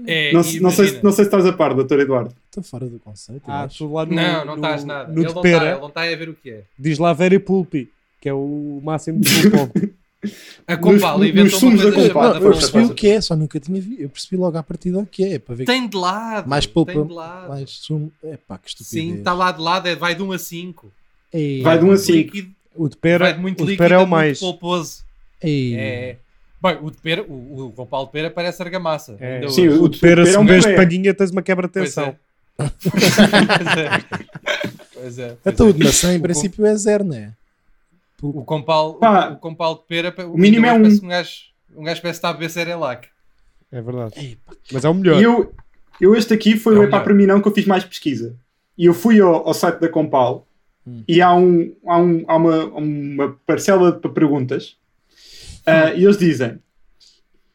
B: É,
C: Não,
B: e
C: não sei,
B: imagina-
C: se- não sei se estás a par, doutor Eduardo.
D: Estou Ah, fora do conceito. eu
A: Ah,
D: acho.
A: tu lá no,
B: Não, não
A: no-
B: estás nada.
A: No
B: ele, não
A: de
B: tá,
A: pera,
B: ele não está a ver o que é.
A: diz lá Vera Pulpi, que é o máximo de pulpómetro.
B: A Compal
C: nos
B: inventou uma
C: sumos da
B: coisa
C: Compal.
B: chamada
D: Não, eu
C: força,
D: percebi
C: força.
D: o que é, só nunca tinha visto. Eu percebi logo à partida o que é, para ver
B: Tem de lado.
D: Mais
B: tem
D: polpa.
B: de lado.
D: mais sumo. É pá, que estupidez. É,
B: Sim, está lá de lado, é, vai de 1 a 5.
D: Ei,
C: Vai de um a cinco.
B: Líquido,
A: O de
B: vai
A: pera,
B: de muito
A: o de
B: líquido,
A: pera é
B: a
A: o
B: muito
A: mais.
B: polposo.
D: Ei.
B: É. é. Bem, o de pera, o, o Compal de pera parece argamassa.
A: É.
B: Ainda
C: Sim,
B: hoje.
C: o,
A: O de pera, se
C: é
A: um
C: um
A: vês
C: bebé.
A: palhinha, tens uma quebra de
B: Pois é.
A: tensão.
B: Pois é. [laughs] Pois é. pois
D: Então
B: é.
D: o de maçã, em
B: [laughs] O
D: princípio, é zero, não é?
B: com- O Compal,
C: Pá,
B: o, o Compal de pera, o,
C: mínimo é um.
B: parece Um gajo, um gajo parece que está a beber Cerelac.
A: É verdade.
D: Ei,
A: Mas é o
C: E
A: melhor.
C: eu, eu este aqui foi
B: É
C: o
B: o
C: Epá
B: melhor.
C: para mim não que eu fiz mais pesquisa. E eu fui ao, ao site da Compal
D: Hum.
C: e há, um, há, um, há uma, uma parcela de perguntas ah, e eles dizem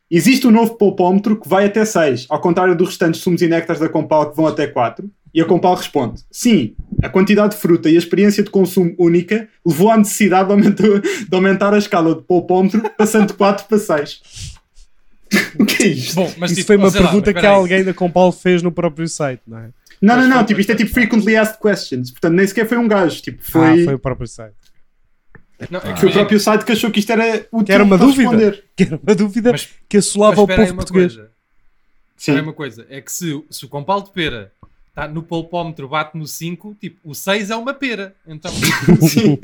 C: existe um novo polpómetro que vai até 6, ao contrário dos restantes sumos e néctares da Compal que vão até 4. E a Compal responde, sim, a quantidade de fruta e a experiência de consumo única levou à necessidade de aumentar, de aumentar a escala de polpómetro, passando de 4 para 6. [laughs] o que é isto?
B: Bom, mas
A: Isso
B: tipo,
A: foi uma
B: sei lá,
A: pergunta
B: mas
A: que
B: peraí.
A: alguém da Compal fez no próprio site, não é?
C: Não, não,
B: Mas
C: não,
B: foi-
C: tipo, isto é tipo frequently asked questions, portanto nem sequer foi um gajo, tipo,
A: Ah,
C: foi,
A: foi o próprio site.
B: Não,
C: foi
B: é que
C: o
B: imagina,
C: próprio site que achou que isto era útil
A: Que era uma
C: para
A: dúvida.
C: responder.
A: Que era uma dúvida
B: Mas-
A: que assolava o
B: mas espera aí
A: povo
B: uma
A: português.
B: coisa. É
C: Sim.
B: uma coisa, é que se, se o compal de pera está no polpómetro, bate no 5, tipo, o 6 é uma pera. Então,
C: [laughs] Sim.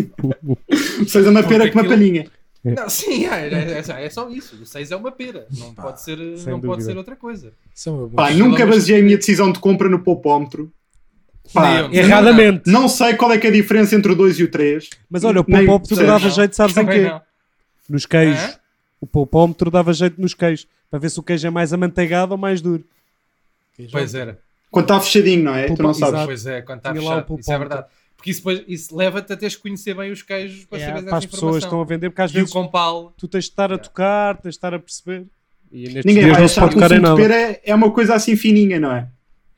C: Vocês é uma pera com uma
B: aquilo-
C: palhinha.
B: não, sim, é, é- é- é só isso. O 6 é uma pera. Não,
D: Pá,
B: pode ser,
A: sem
B: não pode
A: dúvida.
B: ser outra coisa.
D: Isso é uma boa.
C: Pá,
B: Mas-
C: nunca
B: mas-
C: baseei a minha decisão de compra no popómetro. Pá,
B: Nem eu, não sei nada.
A: [laughs] Erradamente.
C: não sei qual é que é a diferença entre o 2 e o 3.
A: Mas olha, o
C: Nem-
A: Popómetro
C: sei.
A: dava jeito, sabes em
B: Também
A: quê?
B: não.
A: Nos queijos.
B: Hã?
A: O Popómetro dava jeito nos queijos. Para ver se o queijo é mais amanteigado ou mais duro.
D: queijo.
B: Pois era,
C: Quando está fechadinho, não é?
A: Pulpa-
C: tu não sabes.
A: Exato.
B: pois é, quando está
A: Tinha lá o
B: fechado. Isso é
A: polpómetro.
B: verdade. Porque isso, depois- isso leva-te a teres que conhecer bem os queijos para
A: É,
B: saber
A: para
B: essa
A: as pessoas que estão
B: informação.
A: a vender, porque às
B: E o
A: vezes
B: compal
A: tu tens de estar a
B: Yeah.
A: tocar, tens de estar a perceber. E nestes
C: Ninguém
A: dias
C: vai
A: não se
C: achar
A: pode
C: que o
A: tocar em
C: sumo de
A: nada.
C: pera é- é uma coisa assim fininha, não é?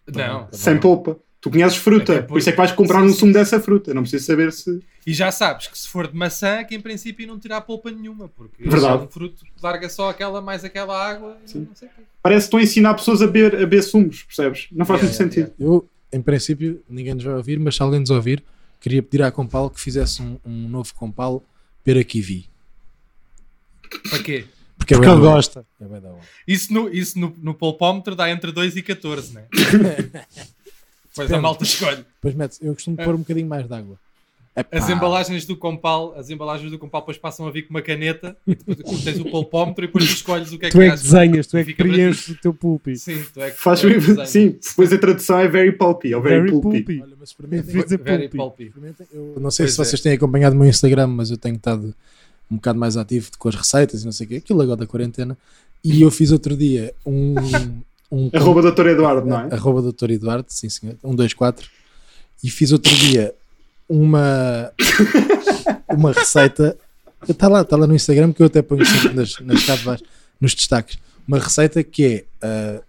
B: Não, também
C: Sem
B: não.
C: polpa. Tu conheces fruta,
B: Tá Até
C: por isso é que
B: porque-
C: vais comprar
B: Sim,
C: um
B: sim.
C: sumo dessa fruta. Não preciso saber se.
B: E já sabes que se for de maçã, que em princípio não terá polpa nenhuma, porque
C: Verdade.
B: é um fruto que larga só aquela mais aquela água e não sei o quê.
C: Parece que estou a ensinar pessoas a beber, a beber sumos, percebes? Não faz
B: Yeah,
C: muito
B: yeah,
C: sentido.
D: Eu, em princípio, ninguém nos vai ouvir, mas se alguém nos ouvir, queria pedir à Compal que fizesse um, um novo Compal pera kiwi.
B: Para quê?
D: Porque, é
A: Porque
D: bué
A: ele
D: da bom.
A: gosta.
D: É bué da bom.
B: Isso no, isso no, no polpómetro dá entre 2 e 14,
A: [laughs]
B: né? pois a
D: Depende.
B: malta escolhe.
D: Depois mete eu
B: É.
D: costumo pôr um bocadinho mais de água. Epá,
A: Ah.
B: As embalagens do compal, as embalagens do compal depois passam a vir com uma caneta e depois tens o polpómetro e depois tu escolhes o que é
A: Tu
B: que
A: é que
B: achas.
A: desenhas, tu é que
B: Fica para ti.
A: preenches o teu pulpi.
B: Sim, tu é que
C: Faz [laughs]
B: tu é que desenhas.
C: sim, depois a tradução é very pulpy ou very,
A: Very
C: pulpy.
A: pulpy.
D: Olha, mas
A: Em
D: experimentem.
A: vez de
B: Very
A: pulpy.
B: pulpy.
D: experimentem. Eu não sei
B: Pois
D: se
B: é.
D: vocês têm acompanhado o meu Instagram, mas eu tenho estado um bocado mais ativo com as receitas e não sei o quê. Aquilo agora da quarentena. E eu fiz outro dia um. um
C: Arroba Dr. Eduardo, não é?
D: Arroba Dr. Eduardo, sim senhor, 124. E fiz outro dia uma, uma receita. Está lá, está lá no Instagram que eu até ponho sempre nas, nas capas, nos destaques. Uma receita que é ah,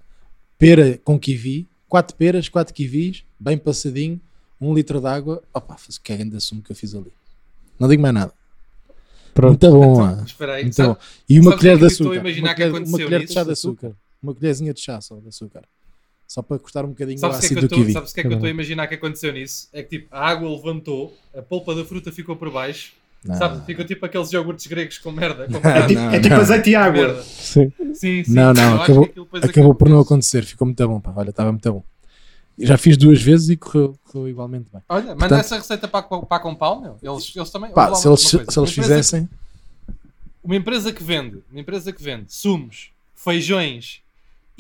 D: pera com kiwi, 4 peras, 4 kiwis, bem passadinho, um litro de água, opa, faz- que é grande assumo que eu fiz ali. Não digo mais nada.
A: Pronto.
D: Muito bom,
B: Então,
D: ah.
B: espera aí.
D: Muito
B: sabe-
D: bom. E uma
B: sabes o
D: colher
B: que
D: de
B: é que eu estou a
D: açúcar.
B: imaginar
D: Uma
B: que
D: colher, uma
B: aconteceu
D: colher de
B: nisso?
D: chá de açúcar. Uma colherzinha de chá só de açúcar. Só para cortar um bocadinho
B: Sabes
D: o
B: o que é que
D: ácido
B: eu
D: do kiwi.
B: estou- sabes o que é que eu estou a imaginar que aconteceu nisso? É que tipo, a água levantou, a polpa da fruta ficou por baixo,
A: Ah.
D: Não.
B: sabe? Ficou tipo aqueles iogurtes gregos com merda.
A: [laughs]
B: Com
C: É,
D: Ah,
B: merda.
C: tipo-
D: não,
C: é tipo
D: não.
C: azeite e água.
B: merda.
A: Sim.
B: Sim, sim.
D: Não, não,
B: Eu acho que
D: acabou-
B: aquilo depois
D: Acabou por não
B: por-
D: acontecer, ficou muito bom, pá. Olha, estava muito bom. Já fiz duas vezes e correu, correu igualmente bem.
B: Olha, manda
D: Portanto-
B: essa receita para, a- para a Compal, meu. Eles, eles também.
D: Pá,
B: olha lá
D: se
B: uma-
D: eles,
B: uma coisa.
D: se eles
B: Uma empresa-
D: fizessem,
B: Uma empresa que vende, uma empresa que vende sumos, feijões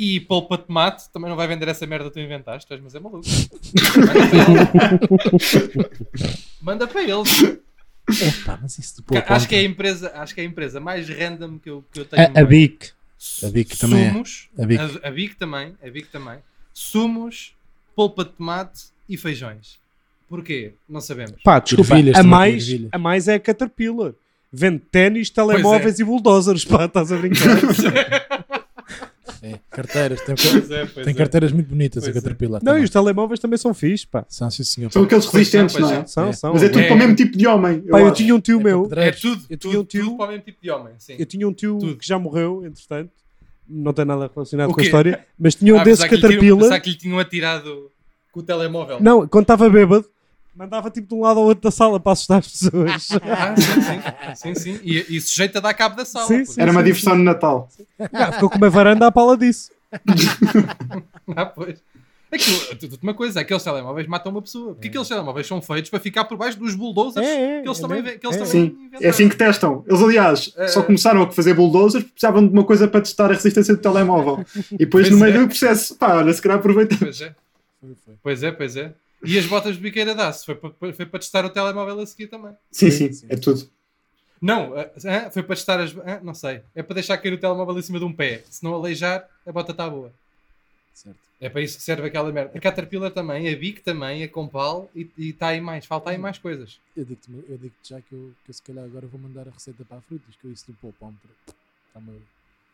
B: e polpa de tomate também não vai vender essa merda que tu inventaste, tu és- mas é maluco.
D: [laughs]
B: Manda para eles. Manda para eles.
D: Epá, mas isso de pouco.
B: acho, que é a empresa, acho que é a empresa mais random que eu, que eu tenho.
A: A, a Bic.
D: A É, Bic também é.
B: Sumos,
D: A Bic.
B: a, a Bic também, a Bic também. Sumos, polpa de tomate e feijões. Porquê? Não sabemos.
A: Pá, desculpa,
D: Ervilhas,
A: a
D: também tem
A: mais,
D: ervilha.
A: a mais é a Caterpillar. Vende ténis, telemóveis e bulldozers, pá, estás a brincar?
D: É, [laughs] carteiras, tem,
B: Pois é, pois
D: tem
B: é.
D: carteiras muito bonitas
B: Pois
D: a
B: é.
D: Caterpillar.
A: não, e
D: também.
A: os telemóveis também são fixe, pá.
D: São, sim, senhor.
C: São aqueles resistentes,
B: Pois é,
C: não é?
B: pois é.
A: São,
D: É.
A: são.
C: Mas é tudo
B: É.
C: para o mesmo tipo de homem. eu
A: Pá, eu
C: acho.
A: tinha um tio
D: É
A: meu,
B: É
D: pedreiros.
B: tudo,
A: Eu tinha
B: tudo,
A: um tio-
B: tudo para o mesmo tipo de homem, sim.
A: eu tinha um tio
B: Tudo.
A: que já morreu, entretanto. Não tem nada relacionado
B: O
A: com a
B: quê?
A: história, mas tinha um
B: Ah,
A: desse
B: pensava que lhe tinham- pensava
A: Caterpillar.
B: que lhe tinham atirado com o telemóvel.
A: Não, quando estava bêbado, mandava tipo de um lado ao outro da sala para assustar
B: [laughs]
A: as pessoas.
B: Ah, sim, sim. sim, sim. E, e sujeito a dar cabo da sala.
A: Sim,
B: pô.
A: sim.
C: Era uma diversão no Natal.
A: Ah, ficou com uma varanda à pala disso.
B: Ah, pois. Aquilo, tudo uma coisa, aqueles telemóveis matam uma pessoa. Porque aqueles telemóveis são feitos para ficar por baixo dos bulldozers
A: É, é,
B: que eles
A: é
B: também,
A: mesmo.
B: ve- que eles
A: É.
B: também
C: Sim. É assim que testam. Eles, aliás,
B: É.
C: só começaram a fazer bulldozers porque precisavam de uma coisa para testar a resistência do telemóvel. E depois,
B: Pois
C: no
B: é.
C: meio do processo, pá, olha, se calhar aproveitamos.
B: Pois é,
D: Foi, foi.
B: pois é, pois é. E as botas de biqueira dá-se. Foi, para- foi para testar o telemóvel a seguir também.
C: Sim,
D: Sim,
C: sim,
D: sim.
C: é tudo.
B: Não, ah, ah, foi para testar as. ah, não sei. É para deixar cair o telemóvel em cima de um pé. Se não aleijar, a bota está boa.
D: Certo.
B: É para isso que serve aquela merda. A Caterpillar também, a Bic também, a Compal e está aí mais. Falta aí mais coisas.
D: Eu digo-te eu digo-te já que eu, que eu se calhar agora vou mandar a receita para a frutas, que eu isso do pouco. há um tre- Está meio-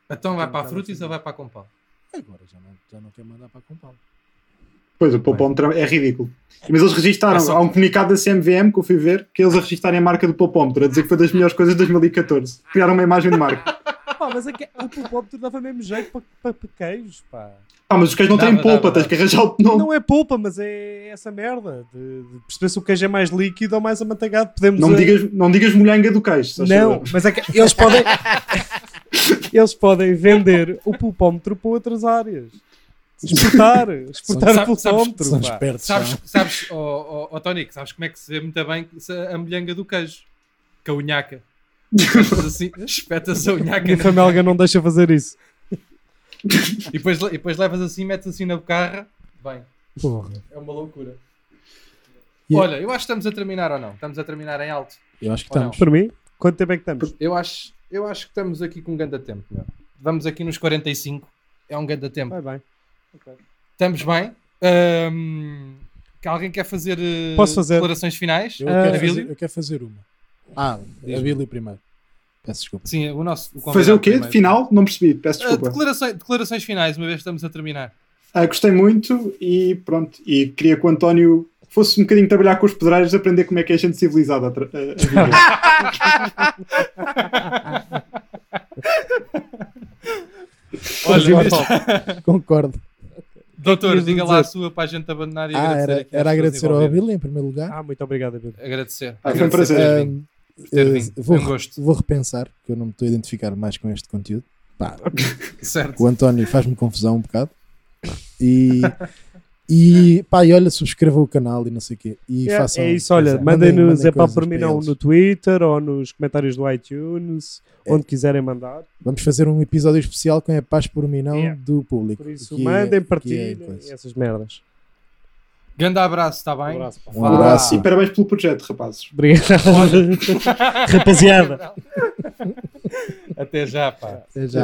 B: Então vai para a Frutis ou vai para a Compal?
D: Agora já não, já não quero mandar para a Compal.
C: Pois, o Popómetro é ridículo. Mas eles registaram,
B: É só-
C: há um comunicado da CMVM que eu fui ver, que eles a registarem a marca do Popómetro, a dizer que foi das melhores coisas de 2014. Criaram uma imagem de marca.
A: Pá, mas é que o pulpómetro dava mesmo jeito para, para, para queijos, pá.
C: Ah, mas os queijos não
B: Dá,
C: têm
B: dá,
C: polpa,
B: dá.
C: tens que arranjar outro nome.
A: Não é polpa, mas é essa merda. De, de perceber se o queijo é mais líquido ou mais amanteigado. Podemos
C: Não,
A: a-
C: me digas, não digas molhanga do queijo. se faz
A: Não,
C: favor.
A: mas é que eles podem. [laughs] eles podem vender o pulpómetro para outras áreas.
B: [laughs]
A: Exportar, exportar o
B: Sabe- sabes-
A: pulpómetro.
D: São
A: pá.
D: espertos.
B: Sabes,
D: já.
B: sabes oh, oh, oh, Tonic, sabes como é que se vê muito bem se- a molhanga do queijo? Com a unhaca. Espetas assim, espetas a unhaca
A: Minha
B: na-
A: família não deixa fazer isso.
B: e, depois, le- e depois levas assim, metes assim na bocarra. Bem,
D: Porra. é-
B: é uma loucura.
D: Yeah.
B: Olha, eu acho que estamos a terminar ou não? Estamos a terminar em alto.
D: Eu acho que
B: Ou não?
D: estamos.
A: Por mim, quanto tempo é que estamos?
B: Eu acho, eu acho que estamos aqui com um grande tempo. meu. Vamos aqui nos 45. É um grande tempo.
A: Vai bem.
B: Estamos bem. Ahm, que alguém quer fazer, eh,
A: Posso fazer?
B: declarações finais?
D: Eu,
A: Ah,
D: quero fazer,
B: Abílio?
D: eu quero fazer uma. Ah, a Bílio primeiro. Peço
B: [laughs]
D: desculpa.
B: Sim, o nosso. o
C: Fazer o quê?
B: convidado
C: De final? Não percebi, peço
B: primeiro. Ah,
C: desculpa.
B: declarações, declarações finais, uma vez que estamos a terminar.
C: Ah, gostei muito e pronto. E queria que o António fosse um bocadinho trabalhar com os pedreiros, aprender como é que é gente civilizada. a tra- a- a viver.
B: Olha,
D: Concordo.
B: [laughs] doutor,
A: Ias-me
B: diga lá a
A: dizer.
B: sua para a gente abandonar e
D: Ah,
B: agradecer.
D: era,
B: aqui às
D: era
B: pessoas
D: agradecer ao
B: envolvidas.
D: Abílio em primeiro lugar.
A: Ah, muito obrigado, Pedro.
B: Agradecer.
C: Ah, foi um
B: Agradecer
C: prazer.
B: por teres
D: Ahm,
B: vindo, por teres
D: eh,
B: vindo.
D: vou,
B: Foi um gosto.
D: vou repensar, que eu não me estou a identificar mais com este conteúdo. Pá,
B: Certo.
D: o António faz-me confusão um bocado. E, e pá, e olha, subscreva o canal e não sei o quê. E
A: É,
D: façam,
A: é isso, olha,
D: façam-
A: mandem-nos é para
D: coisas
A: por mim não
D: eles.
A: no Twitter ou nos comentários do iTunes,
D: É.
A: onde quiserem mandar.
D: Vamos fazer um episódio especial com a paz por mim não
A: Yeah.
D: do público.
A: É. Por isso,
D: Que é- que
A: mandem,
D: é
A: partilhem
D: coisa.
A: essas merdas.
B: Grande abraço, está
A: Um
B: bem?
A: abraço. pá.
D: Um abraço.
C: E parabéns pelo projeto, rapazes.
A: Obrigado. Rapaziada.
B: [laughs] Até já, pá.
D: Até já.